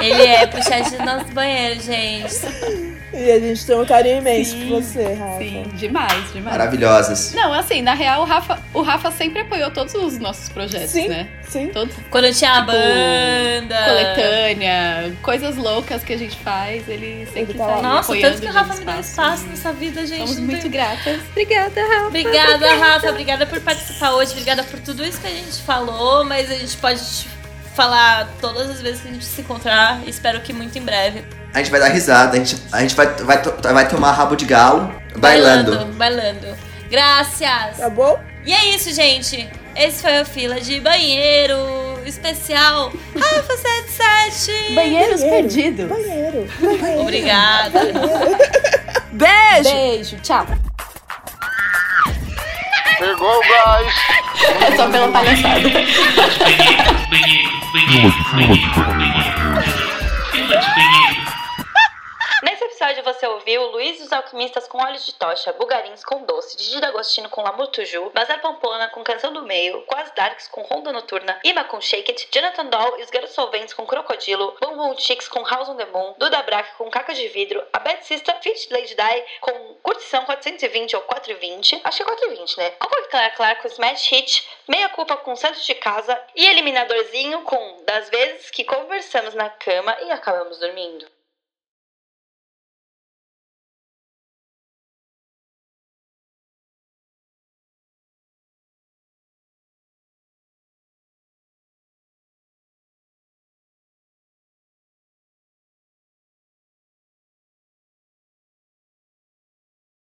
Speaker 5: Ele é puxadinho do nosso banheiro, gente.
Speaker 1: E a gente tem um carinho imenso
Speaker 6: Sim,
Speaker 1: por você, Rafa.
Speaker 6: Sim, demais, demais.
Speaker 2: Maravilhosas.
Speaker 6: Não, assim, na real, o Rafa, o Rafa sempre apoiou todos os nossos projetos,
Speaker 1: Sim.
Speaker 6: né?
Speaker 1: Sim.
Speaker 6: Todos,
Speaker 5: Quando eu tinha a
Speaker 6: Tipo, Ah.
Speaker 5: banda.
Speaker 6: coletânea, coisas loucas que a gente faz, ele sempre
Speaker 1: Ele tá
Speaker 6: tá
Speaker 1: lá.
Speaker 6: ali
Speaker 5: Nossa,
Speaker 6: apoiando,
Speaker 5: tanto que o
Speaker 6: dando
Speaker 5: Rafa me deu espaço nessa vida, gente.
Speaker 6: Estamos
Speaker 5: não
Speaker 6: muito
Speaker 5: tem-
Speaker 6: gratas. Obrigada, Rafa.
Speaker 5: Obrigada, Rafa. Obrigada por participar hoje. Obrigada por tudo isso que a gente falou. Mas a gente pode te falar todas as vezes que a gente se encontrar. Espero que muito em breve.
Speaker 2: A gente vai dar risada, a gente, a gente vai, vai, to- vai tomar rabo de galo bailando.
Speaker 5: Bailando. Bailando. Graças.
Speaker 1: Tá bom?
Speaker 5: E é isso, gente. Esse foi o Fila de Banheiro.
Speaker 10: especial Rafa é 77.
Speaker 6: Banheiros perdidos.
Speaker 1: Banheiro.
Speaker 10: Obrigada.
Speaker 1: Beijo!
Speaker 6: Beijo, tchau.
Speaker 9: Pegou o gás.
Speaker 6: É só pela palhaçada.
Speaker 3: Nesse episódio você ouviu Luiz e os Alquimistas com Olhos de Tocha, Bugarins com Doce, Didi D'Agostino com Lamurtuju, Bazar Pampona com Canção do Meio, Quas Darks com Ronda Noturna, Ima com Shake It, Jonathan Doll e os Garotos Solventes com Crocodilo, Bumbum Chicks com House on the Moon, Duda Brack com Caca de Vidro, a Bad Sister Fit Lady Die com Curtição 420 ou 420, acho que é 420, né? Coco e Clara Clara com Smash Hit, Meia Culpa com Santos de Casa e Eliminadorzinho com Das Vezes que Conversamos na Cama e Acabamos Dormindo.